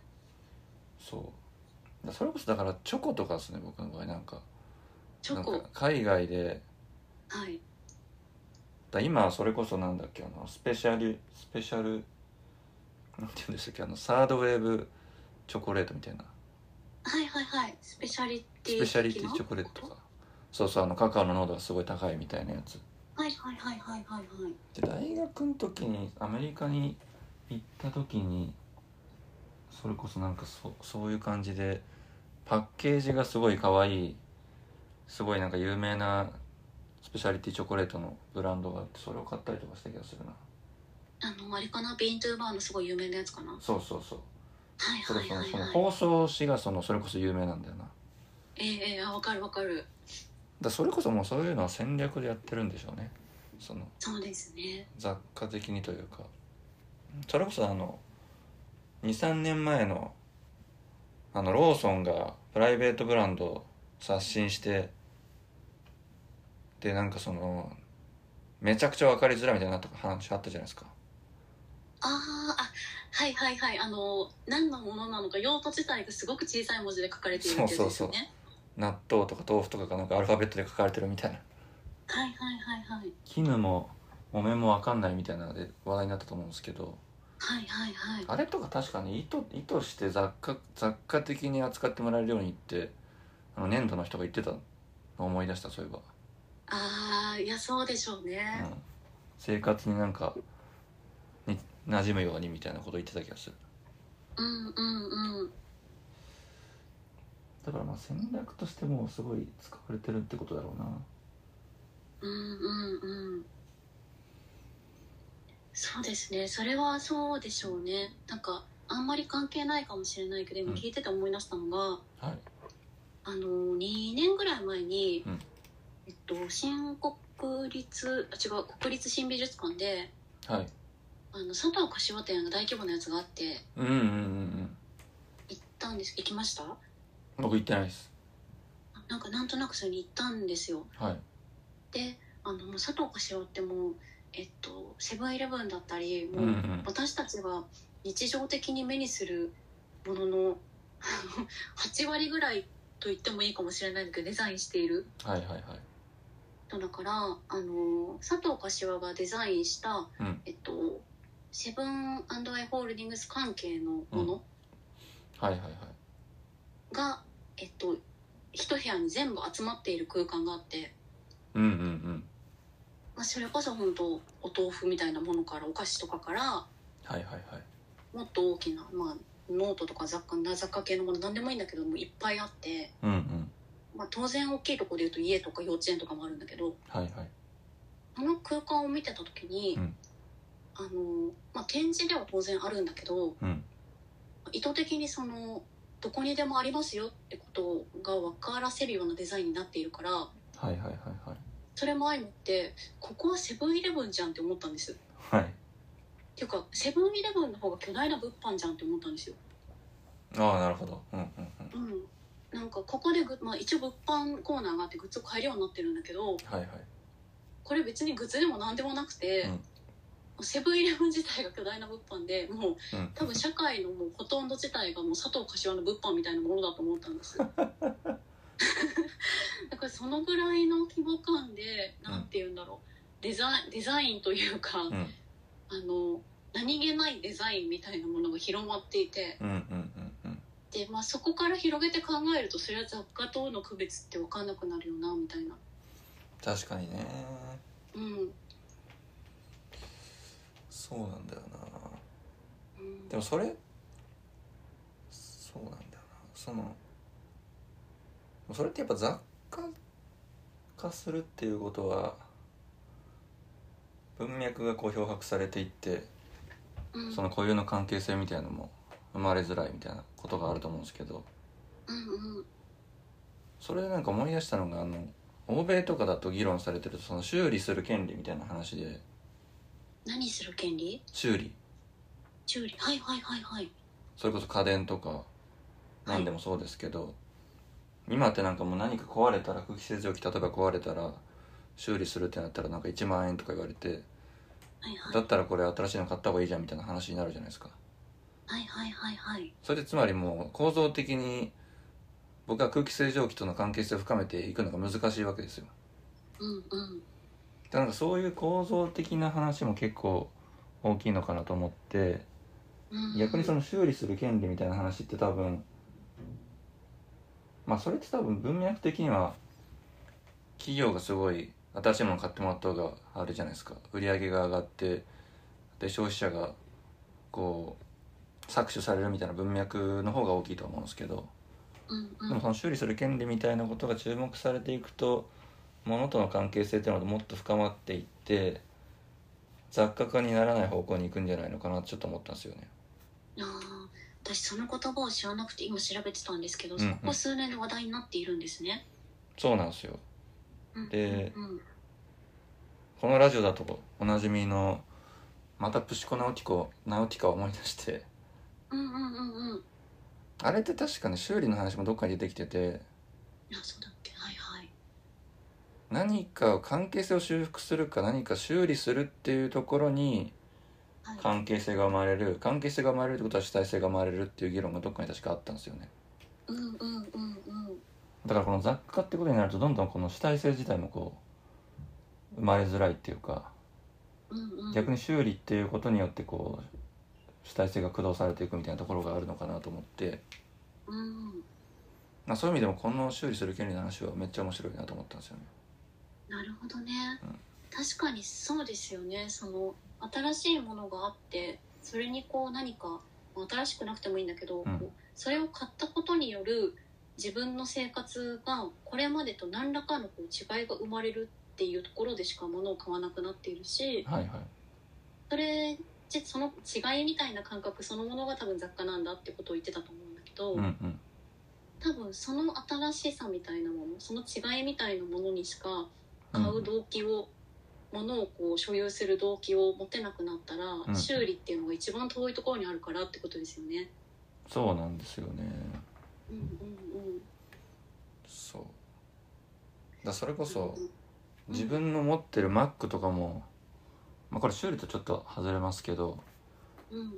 [SPEAKER 1] そうだそれこそだからチョコとかですね僕の場合なんか
[SPEAKER 2] チョコ
[SPEAKER 1] なんか海外で
[SPEAKER 2] はい
[SPEAKER 1] だ今それこそなんだっけあのスペシャルスペシャルなんて言うんでしたっけあのサードウェーブチョコレートみたいな
[SPEAKER 2] はいはいはいスペシャリティ
[SPEAKER 1] スペシャリティチョコレートとかそうそうあのカカオの濃度がすごい高いみたいなやつ
[SPEAKER 2] はいはいはいはいはいはい
[SPEAKER 1] で大学の時にアメリカに行った時にそれこそなんかそそういう感じでパッケージがすごい可愛いすごいなんか有名なスペシャリティチョコレートのブランドがあってそれを買ったりとかした気がするな
[SPEAKER 2] あのあれかなビーントゥーバーのすごい有名なやつかなは
[SPEAKER 1] そうそうそう
[SPEAKER 2] い
[SPEAKER 1] そ
[SPEAKER 2] は
[SPEAKER 1] れ
[SPEAKER 2] い
[SPEAKER 1] その
[SPEAKER 2] はい
[SPEAKER 1] その
[SPEAKER 2] はい
[SPEAKER 1] 包装紙がそのそれこそ有名なんだよな
[SPEAKER 2] ええええあわかるわかる
[SPEAKER 1] だそれこそもうそういうのは戦略でやってるんでしょうねその
[SPEAKER 2] そうですね
[SPEAKER 1] 雑貨的にというかそれこそあの23年前のあのローソンがプライベートブランドを刷新してでなんかそのめちゃくちゃ分かりづらいみたいなとか話あったじゃないですか
[SPEAKER 2] あーあはいはいはいあの何のものなのか用途自体がすごく小さい文字で書かれているってやつですよね
[SPEAKER 1] 納豆とか豆腐とかがなんかアルファベットで書かれてるみたいな
[SPEAKER 2] はいはいはいはい
[SPEAKER 1] 絹も木綿も分かんないみたいなので話題になったと思うんですけど
[SPEAKER 2] はいはいはい
[SPEAKER 1] あれとか確かに意図意図して雑貨雑貨的に扱ってもらえるようにってあの粘土の人が言ってたのを思い出したそういえば、
[SPEAKER 2] ああいやそうでしょう
[SPEAKER 1] う
[SPEAKER 2] ね、
[SPEAKER 1] ん、生活になんかに馴染むようにみたいなこと言ってた気がする
[SPEAKER 2] うん、うんうん
[SPEAKER 1] だからまあ戦略としてもうすごい使われてるってことだろうな
[SPEAKER 2] うんうんうんそうですねそれはそうでしょうねなんかあんまり関係ないかもしれないけど今
[SPEAKER 1] うん
[SPEAKER 2] 聞いてて思い出したのが、
[SPEAKER 1] はい
[SPEAKER 2] あの2年ぐらい前に、
[SPEAKER 1] うん
[SPEAKER 2] えっと新国立あ違う国立新美術館で
[SPEAKER 1] はい
[SPEAKER 2] あの佐藤柏展の大規模なやつがあって
[SPEAKER 1] うんうんうんうん
[SPEAKER 2] 行ったんです行きました
[SPEAKER 1] 僕行ってないです
[SPEAKER 2] なんかなんとなくそれに行ったんですよ
[SPEAKER 1] はい
[SPEAKER 2] であのもう佐藤柏ってもうえっとセブンイレブンだったり
[SPEAKER 1] う
[SPEAKER 2] も
[SPEAKER 1] ん
[SPEAKER 2] う、
[SPEAKER 1] うん
[SPEAKER 2] 私たちが日常的に目にするものの あの8割ぐらいと言ってもいいかもしれないんだけどデザインしている
[SPEAKER 1] はいはいはい
[SPEAKER 2] 人だからあの佐藤柏がデザインした、
[SPEAKER 1] うん
[SPEAKER 2] えっと、セブンアイ・ホールディングス関係のもの
[SPEAKER 1] はいはいはい
[SPEAKER 2] が、えっと、一部屋に全部集まっている空間があって、
[SPEAKER 1] うんうんうん
[SPEAKER 2] まあ、それこそ本当お豆腐みたいなものからお菓子とかから
[SPEAKER 1] はいはいはい
[SPEAKER 2] もっと大きな、まあ、ノートとか雑貨雑貨系のもの何でもいいんだけどもういっぱいあって。
[SPEAKER 1] うんうん
[SPEAKER 2] まあ、当然大きいとこでいうと家とか幼稚園とかもあるんだけど
[SPEAKER 1] はいはい
[SPEAKER 2] あの空間を見てた時に、
[SPEAKER 1] うん
[SPEAKER 2] あのまあ、展示では当然あるんだけど
[SPEAKER 1] うん
[SPEAKER 2] 意図的にそのどこにでもありますよってことが分からせるようなデザインになっているから
[SPEAKER 1] はいはいはい
[SPEAKER 2] それも相まってここはセブンイレブンじゃんって思ったんですっ
[SPEAKER 1] はいはい
[SPEAKER 2] ていうかセブンイレブンの方が巨大な物販じゃんって思ったんですよ
[SPEAKER 1] ああなるほどうんうんうん
[SPEAKER 2] うん、なんかここでグッ、まあ、一応物販コーナーがあってグッズ買えるようになってるんだけ
[SPEAKER 1] は
[SPEAKER 2] ど
[SPEAKER 1] いはい
[SPEAKER 2] これ別にグッズでも何でもなくて、セブンイレブン自体が巨大な物販でもう
[SPEAKER 1] うん
[SPEAKER 2] 多分社会のもうほとんど自体がもう佐藤柏の物販みたいなものだと思ったんですだからそのぐらいの規模感でなんて言うんだろうデザインデザインというか、
[SPEAKER 1] うん
[SPEAKER 2] あの何気ないデザインみたいなものが広まっていて
[SPEAKER 1] うんうんうん
[SPEAKER 2] で、まあ、そこから広げて考えるとそれは雑貨との区別って分かんなくなるよなみたいな。
[SPEAKER 1] 確かにね
[SPEAKER 2] うん
[SPEAKER 1] そうなんだよな
[SPEAKER 2] うん
[SPEAKER 1] でもそれそうなんだよなそのそれってやっぱ雑貨化するっていうことは文脈がこう漂白されていって
[SPEAKER 2] うん
[SPEAKER 1] その固有の関係性みたいなのも生まれづらいみたいなことがあると思うんですけど
[SPEAKER 2] うんうん
[SPEAKER 1] それでなんか思い出したのがあの欧米とかだと議論されてるその修理する権利みたいな話で
[SPEAKER 2] 何する権利
[SPEAKER 1] 修理
[SPEAKER 2] 修理はいはいはいはい
[SPEAKER 1] それこそ家電とか何でもそうですけど、今ってなんかもう何か壊れたら空気清浄機例えば壊れたら修理するってなったらなんか1万円とか言われて
[SPEAKER 2] はいはい
[SPEAKER 1] だったらこれ新しいの買った方がいいじゃんみたいな話になるじゃないですか
[SPEAKER 2] はいはいはいはい
[SPEAKER 1] それでつまりもう構造的に僕は空気清浄機との関係性を深めていくのが難しいわけですよ
[SPEAKER 2] うんうん
[SPEAKER 1] だからなんかそういう構造的な話も結構大きいのかなと思って
[SPEAKER 2] うん
[SPEAKER 1] 逆にその修理する権利みたいな話って多分まあそれって多分文脈的には企業がすごい新しいもの買ってもらった方があれじゃないですか売り上げが上がってで消費者がこう搾取されるみたいな文脈の方が大きいと思うんですけど
[SPEAKER 2] うん
[SPEAKER 1] で
[SPEAKER 2] うん
[SPEAKER 1] もその修理する権利みたいなことが注目されていくと物との関係性っていうのがもっと深まっていって雑貨化にならない方向に行くんじゃないのかなってちょっと思ったんですよね。
[SPEAKER 2] あー私その言葉を知らなくて今調べてたんですけど、
[SPEAKER 1] うんうん
[SPEAKER 2] ここ数年で話題になっているんですね。
[SPEAKER 1] そうなんですよ
[SPEAKER 2] うん
[SPEAKER 1] で
[SPEAKER 2] うん
[SPEAKER 1] このラジオだとおなじみのまたプシコナオティコナオティカを思い出して
[SPEAKER 2] うんうんうんうんうん。い
[SPEAKER 1] あれって確かね修理の話もどっかに出てきてて
[SPEAKER 2] やそうだっけはいはい。
[SPEAKER 1] 何か関係性を修復するか何か修理するっていうところに
[SPEAKER 2] はい、
[SPEAKER 1] 関係性が生まれる関係性が生まれるってことは主体性が生まれるっていう議論がどっかに確かあったんですよね
[SPEAKER 2] うんうんうんうん。
[SPEAKER 1] だからこの雑貨ってことになるとどんどんこの主体性自体もこう生まれづらいっていうか
[SPEAKER 2] うんうん、
[SPEAKER 1] 逆に修理っていうことによってこう主体性が駆動されていくみたいなところがあるのかなと思って
[SPEAKER 2] うん、
[SPEAKER 1] まあ、そういう意味でもこの修理する権利の話はめっちゃ面白いなと思ったんですよね。
[SPEAKER 2] なるほどね、
[SPEAKER 1] うん
[SPEAKER 2] 確かにそうですよねその新しいものがあってそれにこう何かまあ新しくなくてもいいんだけ
[SPEAKER 1] う
[SPEAKER 2] ど、
[SPEAKER 1] ん
[SPEAKER 2] こうそれを買ったことによる自分の生活がこれまでと何らかのこう違いが生まれるっていうところでしか物を買わなくなっているし
[SPEAKER 1] はいはい。
[SPEAKER 2] それじその違いみたいな感覚そのものが多分雑貨なんだってことを言ってたと思うんだけど、
[SPEAKER 1] うんうん。
[SPEAKER 2] 多分その新しさみたいなものその違いみたいなものにしか買う動機を、ものをこう所有する動機を持てなくなったら、
[SPEAKER 1] ん
[SPEAKER 2] 修理っていうのが一番遠いところにあるからってことですよね。
[SPEAKER 1] そうなんですよね。
[SPEAKER 2] うんうん
[SPEAKER 1] そう。だそれこ
[SPEAKER 2] うん。
[SPEAKER 1] そ
[SPEAKER 2] うんうん
[SPEAKER 1] 自分の持ってる Mac とかも、まあ、これ修理とちょっと外れますけど
[SPEAKER 2] うん
[SPEAKER 1] も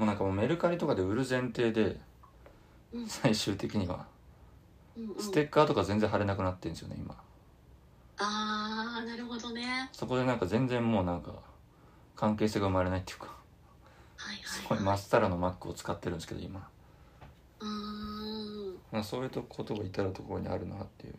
[SPEAKER 1] うなんかもうメルカリとかで売る前提で
[SPEAKER 2] うん
[SPEAKER 1] 最終的には
[SPEAKER 2] うんうん。
[SPEAKER 1] ステッカーとか全然貼れなくなってるんですよね今。
[SPEAKER 2] ああなるほどね。
[SPEAKER 1] そこでなんか全然もうなんか関係性が生まれないっていうか
[SPEAKER 2] はいはい、はい。
[SPEAKER 1] すごいまっさらの Mac を使ってるんですけど今。
[SPEAKER 2] うーん
[SPEAKER 1] まあ、そういうとことが至るところにあるなっていう。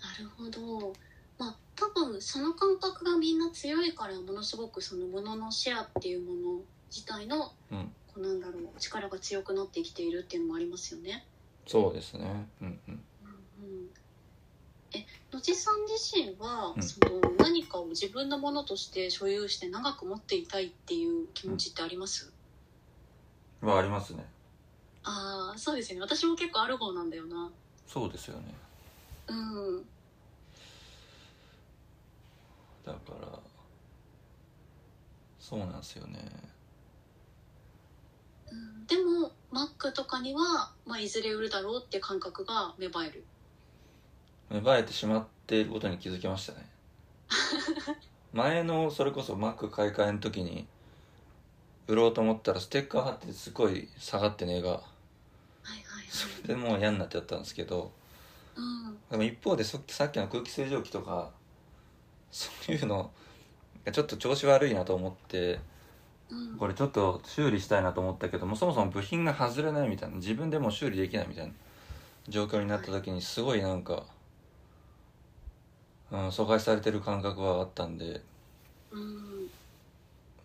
[SPEAKER 2] なるほど。まあ多分その感覚がみんな強いからものすごくそのもののシェアっていうもの自体の、
[SPEAKER 1] うん
[SPEAKER 2] こうなんだろう力が強くなってきているっていうのもありますよね。
[SPEAKER 1] そうですね。うんうん。
[SPEAKER 2] うんうん、え野地さん自身は、
[SPEAKER 1] うん
[SPEAKER 2] その何かを自分のものとして所有して長く持っていたいっていう気持ちってあります、
[SPEAKER 1] はありますね
[SPEAKER 2] ああそうですよね私も結構ある方なんだよな。
[SPEAKER 1] そうですよね
[SPEAKER 2] うん
[SPEAKER 1] だからそうなんですよね
[SPEAKER 2] うんでもマックとかには、まあ、いずれ売るだろうって感覚が芽生える
[SPEAKER 1] 芽生えてしまっていることに気づきま したね前のそれこそ Mac 買い替えの時に売ろうと思ったらステッカー貼っててすごい下がって値が
[SPEAKER 2] はいはい
[SPEAKER 1] それでもう嫌になっちゃったんですけど
[SPEAKER 2] うん
[SPEAKER 1] でも一方でそさっきの空気清浄機とかそういうのちょっと調子悪いなと思って
[SPEAKER 2] うん
[SPEAKER 1] これちょっと修理したいなと思ったけどもそもそも部品が外れないみたいな自分でもう修理できないみたいな状況になった時にすごいなんか、うん、阻害されてる感覚はあったんで
[SPEAKER 2] うん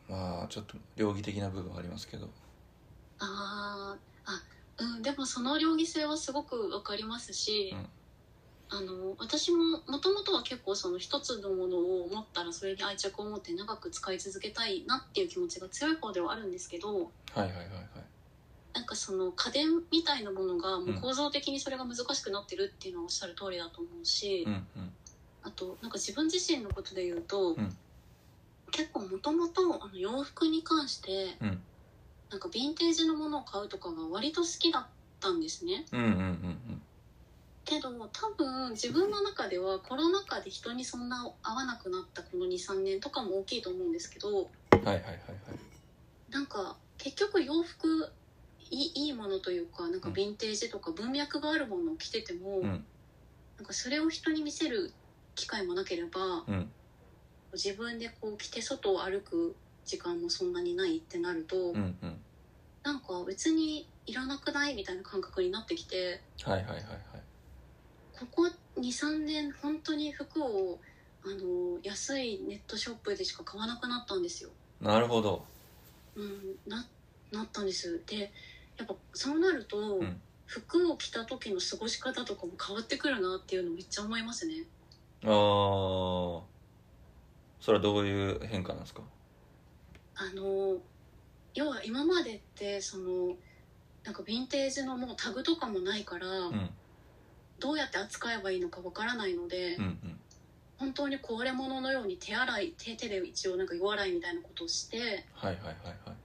[SPEAKER 1] まあちょっと両義的な部分はありますけど
[SPEAKER 2] あーあうんでもその両義性はすごくわかりますし、
[SPEAKER 1] うん
[SPEAKER 2] あの私ももともとは結構その一つのものを持ったらそれに愛着を持って長く使い続けたいなっていう気持ちが強い方ではあるんですけど
[SPEAKER 1] はいはいはいはい
[SPEAKER 2] なんかその家電みたいなものがもう構造的にそれが難しくなってるっていうのはおっしゃる通りだと思うし、
[SPEAKER 1] うんうん
[SPEAKER 2] あとなんか自分自身のことで言うと、
[SPEAKER 1] ん
[SPEAKER 2] 結構もともとあの洋服に関して、
[SPEAKER 1] うん
[SPEAKER 2] なんかヴィンテージのものを買うとかが割と好きだったんですね
[SPEAKER 1] うんうんうん
[SPEAKER 2] けど多分自分の中ではコロナ禍で人にそんな会わなくなったこの23年とかも大きいと思うんですけど
[SPEAKER 1] うんはいはいはいはい
[SPEAKER 2] なんか結局洋服いいいいものというかなんか
[SPEAKER 1] うん
[SPEAKER 2] ヴィンテージとか文脈があるものを着てても、
[SPEAKER 1] うん
[SPEAKER 2] なんかそれを人に見せる機会もなければ、
[SPEAKER 1] うん
[SPEAKER 2] 自分でこう着て外を歩く時間もそんなにないってなると、
[SPEAKER 1] うんうん
[SPEAKER 2] なんか別にいらなくないみたいな感覚になってきて
[SPEAKER 1] はいはいはいはい
[SPEAKER 2] ここ23年本当に服をあの安いネットショップでしか買わなくなったんですよ。
[SPEAKER 1] なるほど
[SPEAKER 2] うん、ななったんですでやっぱそうなると、
[SPEAKER 1] ん
[SPEAKER 2] 服を着た時の過ごし方とかも変わってくるなっていうのめっちゃ思いますね。
[SPEAKER 1] ああそれはどういう変化なんですか
[SPEAKER 2] あの要は今までってそのなんかヴィンテージのもうタグとかもないから、
[SPEAKER 1] うん
[SPEAKER 2] どうやって扱えばいいのかわからないので、
[SPEAKER 1] うんうん
[SPEAKER 2] 本当に壊れ物のように手洗い手手で一応なんか湯洗いみたいなことをして
[SPEAKER 1] はいはいはいはい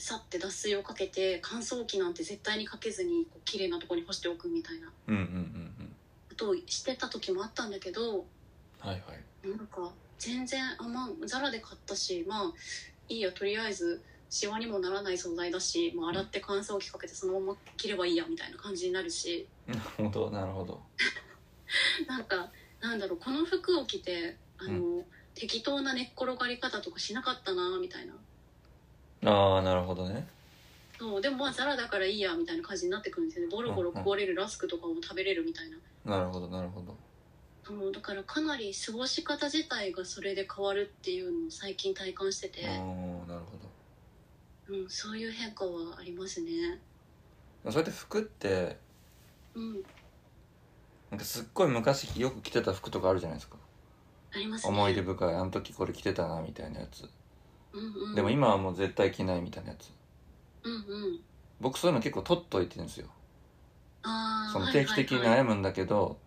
[SPEAKER 2] さって脱水をかけて乾燥機なんて絶対にかけずにこう綺麗なところに干しておくみたいな
[SPEAKER 1] うんうんうんうん
[SPEAKER 2] ことをしてた時もあったんだけど
[SPEAKER 1] はい はい
[SPEAKER 2] なんか全然あまあザラで買ったしまあいいやとりあえずシワにもならない素材だし、まあ、洗って乾燥機かけてそのまま切ればいいやみたいな感じになるし
[SPEAKER 1] なるほどなるほど
[SPEAKER 2] なんかなんだろうこの服を着てあの、適当な寝っ転がり方とかしなかったなみたいな
[SPEAKER 1] ああなるほどね
[SPEAKER 2] そうでもまあザラだからいいやみたいな感じになってくるんですよねボロボロこぼれるラスクとかも食べれるみたいな。
[SPEAKER 1] なるほどなるほど
[SPEAKER 2] そうだからかなり過ごし方自体がそれで変わるっていうのを最近体感してて
[SPEAKER 1] ああ、なるほ
[SPEAKER 2] うん、そういう変化はありますね。
[SPEAKER 1] どそうやって服って
[SPEAKER 2] うん、
[SPEAKER 1] なんかすっごい昔よく着てた服とかあるじゃないですか
[SPEAKER 2] ありますね。
[SPEAKER 1] 思い出深いあの時これ着てたなみたいなやつ
[SPEAKER 2] うんうん、
[SPEAKER 1] でも、今はもう絶対着ないみたいなやつ
[SPEAKER 2] うんうん、
[SPEAKER 1] 僕そういうの結構取っといてるんですよ
[SPEAKER 2] ああ、
[SPEAKER 1] その定期的に
[SPEAKER 2] はいはいはい
[SPEAKER 1] 悩むんだけど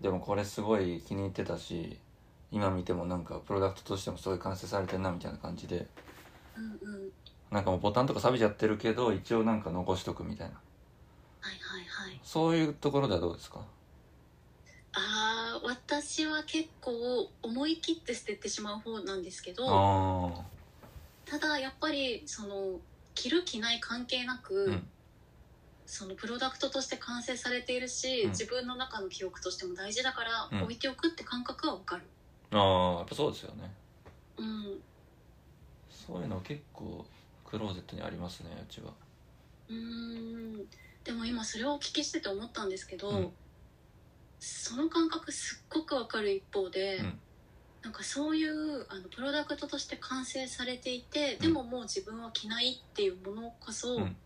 [SPEAKER 1] でもこれすごい気に入ってたし今見てもなんかプロダクトとしてもすごい完成されてるなみたいな感じで
[SPEAKER 2] うんうん、
[SPEAKER 1] なんかもうボタンとか錆びちゃってるけど一応なんか残しとくみたいな
[SPEAKER 2] はいはいはい。
[SPEAKER 1] そういうところではどうですか
[SPEAKER 2] ああ、私は結構思い切って捨ててしまう方なんですけど、
[SPEAKER 1] ああ
[SPEAKER 2] ただやっぱりその着る着ない関係なく、
[SPEAKER 1] うん
[SPEAKER 2] そのプロダクトとして完成されているし、
[SPEAKER 1] うん
[SPEAKER 2] 自分の中の記憶としても大事だから、
[SPEAKER 1] うん
[SPEAKER 2] 置いておくって感覚はわかる。
[SPEAKER 1] ああやっぱそうですよね
[SPEAKER 2] うん、
[SPEAKER 1] そういうの結構クローゼットにありますねうちは
[SPEAKER 2] うーんでも今それをお聞きしてて思ったんですけど、
[SPEAKER 1] うん
[SPEAKER 2] その感覚すっごくわかる一方で、
[SPEAKER 1] うん
[SPEAKER 2] なんかそういうあのプロダクトとして完成されていて、でももう自分は着ないっていうものこそ、
[SPEAKER 1] うん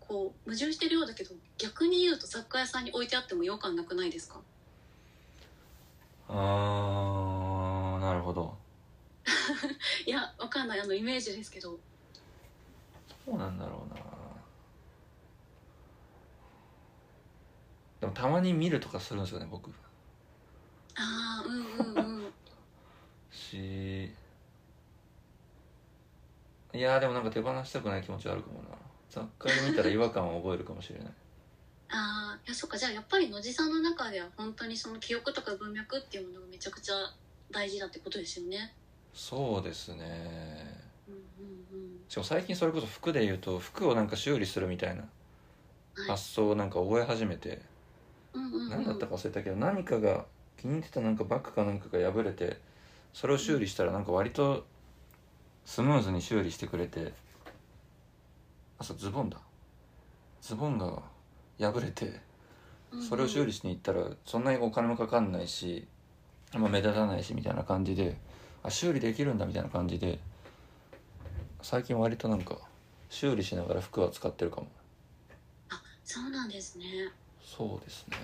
[SPEAKER 2] こう矛盾してるようだけど逆に言うと雑貨屋さんに置いてあってもよ感なくないですか
[SPEAKER 1] ああなるほど
[SPEAKER 2] いやわかんないあのイメージですけど
[SPEAKER 1] どうなんだろうなでもたまに見るとかするんですよね僕
[SPEAKER 2] ああうんうんうん
[SPEAKER 1] しいやーでもなんか手放したくない気持ちはあるかもな雑貨で見たら違和感を覚えるかもしれない
[SPEAKER 2] ああいやそっかじゃあやっぱり野地さんの中では本当にその記憶とか文脈っていうものがめちゃくちゃ大事だってことですよね。
[SPEAKER 1] そうですね
[SPEAKER 2] うんうん
[SPEAKER 1] しかも最近それこそ服で言うと服をなんか修理するみたいな
[SPEAKER 2] うん。はい
[SPEAKER 1] 発想をなんか覚え始めて、
[SPEAKER 2] うんうんうん、
[SPEAKER 1] 何だったか忘れたけど何かが気に入ってたなんかバッグかなんかが破れてそれを修理したらなんか割とスムーズに修理してくれてあそうズボンだズボンが破れて
[SPEAKER 2] うんうん
[SPEAKER 1] それを修理しに行ったらそんなにお金もかかんないし、まあ、目立たないしみたいな感じであ修理できるんだみたいな感じで最近割となんか修理しながら服は使ってるかも
[SPEAKER 2] そうなんですね。
[SPEAKER 1] そうですね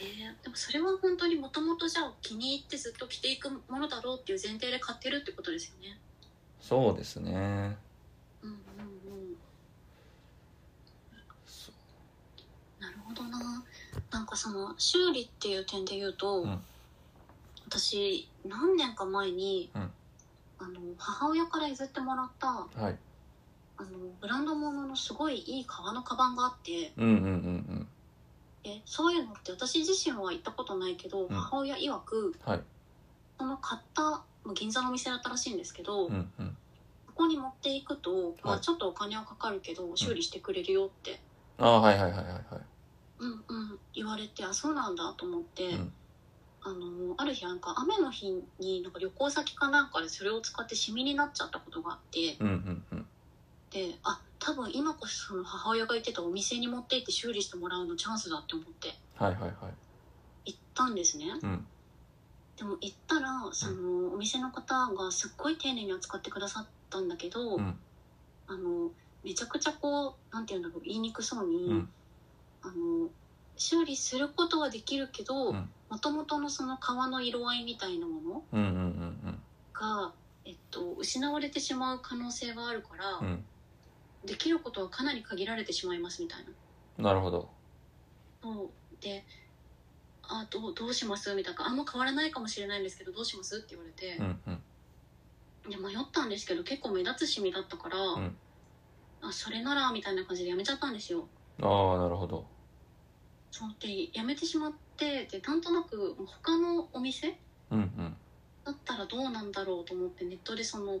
[SPEAKER 2] えー、でもそれは本当にもともとじゃあ気に入ってずっと着ていくものだろうっていう前提で買ってるってことですよね。
[SPEAKER 1] そうですね
[SPEAKER 2] うんうんうん。
[SPEAKER 1] そ
[SPEAKER 2] なるほどな。なんかその修理っていう点で言うと、
[SPEAKER 1] うん
[SPEAKER 2] 私何年か前に、
[SPEAKER 1] うん
[SPEAKER 2] あの母親から譲ってもらったあ
[SPEAKER 1] うはい
[SPEAKER 2] のブランド物のすごいいい革のカバンがあって、
[SPEAKER 1] うんうんうんうん
[SPEAKER 2] えそういうのって私自身は行ったことないけど、
[SPEAKER 1] ん
[SPEAKER 2] 母親曰く
[SPEAKER 1] はい
[SPEAKER 2] その買ったまあ銀座のお店だったらしいんですけど、
[SPEAKER 1] うんうん
[SPEAKER 2] ここに持っていくと、ま
[SPEAKER 1] はい
[SPEAKER 2] あ、ちょっとお金はかかるけど修理してくれるよって、
[SPEAKER 1] ああはいはいはいはいはい
[SPEAKER 2] うんうん、言われてあそうなんだと思って、
[SPEAKER 1] うん
[SPEAKER 2] あのある日なんか雨の日になんか旅行先かなんかでそれを使ってシミになっちゃったことがあって
[SPEAKER 1] うんうんうん
[SPEAKER 2] であ多分今こそその母親が言ってたお店に持って行って修理してもらうのチャンスだって思って
[SPEAKER 1] はいはいはい
[SPEAKER 2] 行ったんですね
[SPEAKER 1] うん
[SPEAKER 2] でも行ったらそのお店の方がすっごい丁寧に扱ってくださったんだけど、
[SPEAKER 1] うん
[SPEAKER 2] あのめちゃくちゃこうなんて言うんだろう言いにくそうに。
[SPEAKER 1] うん
[SPEAKER 2] あの修理することはできるけ
[SPEAKER 1] う
[SPEAKER 2] ど
[SPEAKER 1] ん
[SPEAKER 2] もともとのその革の色合いみたいなもの
[SPEAKER 1] うんうんうん
[SPEAKER 2] が、えっと、失われてしまう可能性があるから、
[SPEAKER 1] うん
[SPEAKER 2] できることはかなり限られてしまいますみたいな。
[SPEAKER 1] うんなるほど
[SPEAKER 2] そうであどうどうしますみたいなあんま変わらないかもしれないんですけどどうしますって言われて
[SPEAKER 1] う、んうん
[SPEAKER 2] で迷ったんですけど結構目立つシミだったから、
[SPEAKER 1] ん
[SPEAKER 2] あそれならみたいな感じでやめちゃったんですよ。
[SPEAKER 1] ああなるほど
[SPEAKER 2] そうでやめてしまってでなんとなくもう他のお店
[SPEAKER 1] うんうん
[SPEAKER 2] だったらどうなんだろうと思ってネットでその皮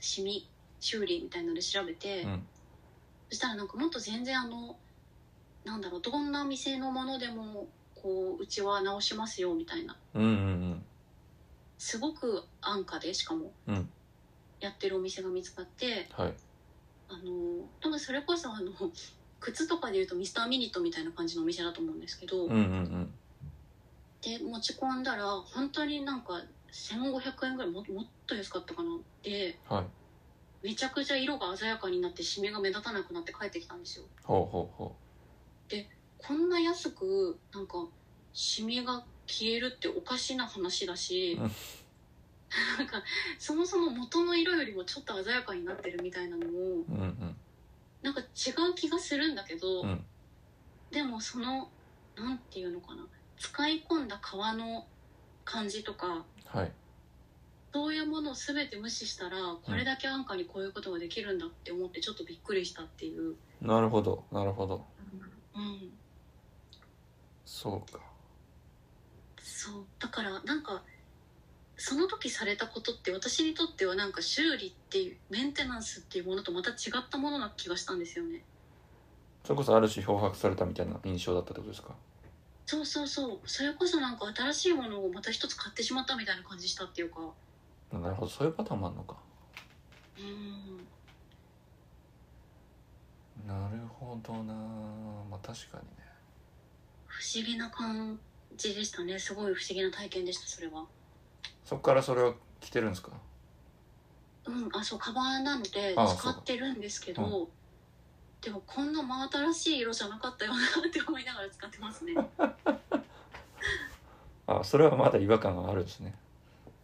[SPEAKER 2] シミ修理みたいなので調べて、
[SPEAKER 1] うん
[SPEAKER 2] そしたらなんかもっと全然あのなんだろうどんな店のものでもこううちは直しますよみたいな
[SPEAKER 1] うんうん
[SPEAKER 2] すごく安価でしかも、
[SPEAKER 1] うん
[SPEAKER 2] やってるお店が見つかって
[SPEAKER 1] うんはい
[SPEAKER 2] あの多分それこそあの靴とかでいうとミスターミニットみたいな感じのお店だと思うんですけど、
[SPEAKER 1] うんうんうん
[SPEAKER 2] で持ち込んだら本当になんか1500円ぐらいももっと安かったかなで。
[SPEAKER 1] はい
[SPEAKER 2] めちゃくちゃ色が鮮やかになってシミが目立たなくなって帰ってきたんですよ
[SPEAKER 1] ほうほうほ
[SPEAKER 2] こんな安くなんかシミが消えるっておかしな話だし、
[SPEAKER 1] うん
[SPEAKER 2] なんかそもそも元の色よりもちょっと鮮やかになってるみたいなのも
[SPEAKER 1] ううんうん
[SPEAKER 2] なんか違う気がするんだけど、
[SPEAKER 1] うん
[SPEAKER 2] でもそのなんていうのかな使い込んだ革の感じとか
[SPEAKER 1] はい
[SPEAKER 2] そういうものを全て無視したらこれだけ安価にこういうことができるんだって思ってちょっとびっくりしたっていう。
[SPEAKER 1] なるほどなるほど
[SPEAKER 2] うん
[SPEAKER 1] そうか
[SPEAKER 2] そうだからなんかその時されたことって私にとってはなんか修理っていうメンテナンスっていうものとまた違ったものな気がしたんですよね
[SPEAKER 1] それこそある種漂白されたみたいな印象だったってことですか
[SPEAKER 2] そうそうそうそれこそなんか新しいものをまた一つ買ってしまったみたいな感じしたっていうか
[SPEAKER 1] なるほどそういうパターンもあるのか
[SPEAKER 2] うん
[SPEAKER 1] なるほどなまあ確かにね
[SPEAKER 2] 不思議な感じでしたねすごい不思議な体験でしたそれは
[SPEAKER 1] そこからそれは着てるんですか
[SPEAKER 2] うんあそうカバーなので
[SPEAKER 1] ああ
[SPEAKER 2] 使ってるんですけどでもこんな真新しい色じゃなかったよなって思いながら使ってま すね
[SPEAKER 1] あそれはまだ違和感があるんですね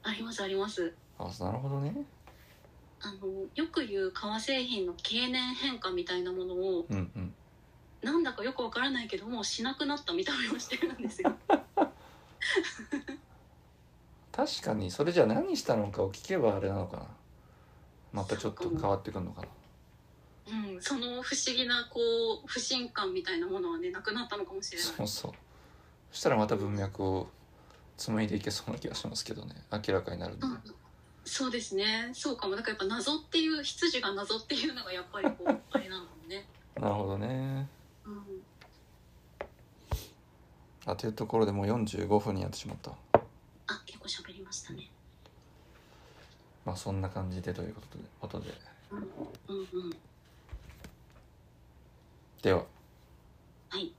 [SPEAKER 2] ありますあります
[SPEAKER 1] あなるほどね
[SPEAKER 2] あのよく言う革製品の経年変化みたいなものを
[SPEAKER 1] うんうん
[SPEAKER 2] なんだかよくわからないけどもうしなくなった見た目をしてるんですよ。
[SPEAKER 1] 確かにそれじゃあ何したのかを聞けばあれなのかなまたちょっと変わってくるのかな
[SPEAKER 2] ううん、その不思議なこう不信感みたいなものはねなくなったのかもしれない
[SPEAKER 1] そうそうそしたらまた文脈を紡いでいけそうな気がしますけどね明らかになるんで、
[SPEAKER 2] うんそうですねそうかもだからやっぱ謎っていう羊が謎っていうのがやっぱりこうあれなのね、
[SPEAKER 1] なるほどね
[SPEAKER 2] うん、
[SPEAKER 1] あというところでもう45分になってしまった
[SPEAKER 2] あ結構喋りましたね
[SPEAKER 1] まあそんな感じでということでことで
[SPEAKER 2] うんうん
[SPEAKER 1] では
[SPEAKER 2] はい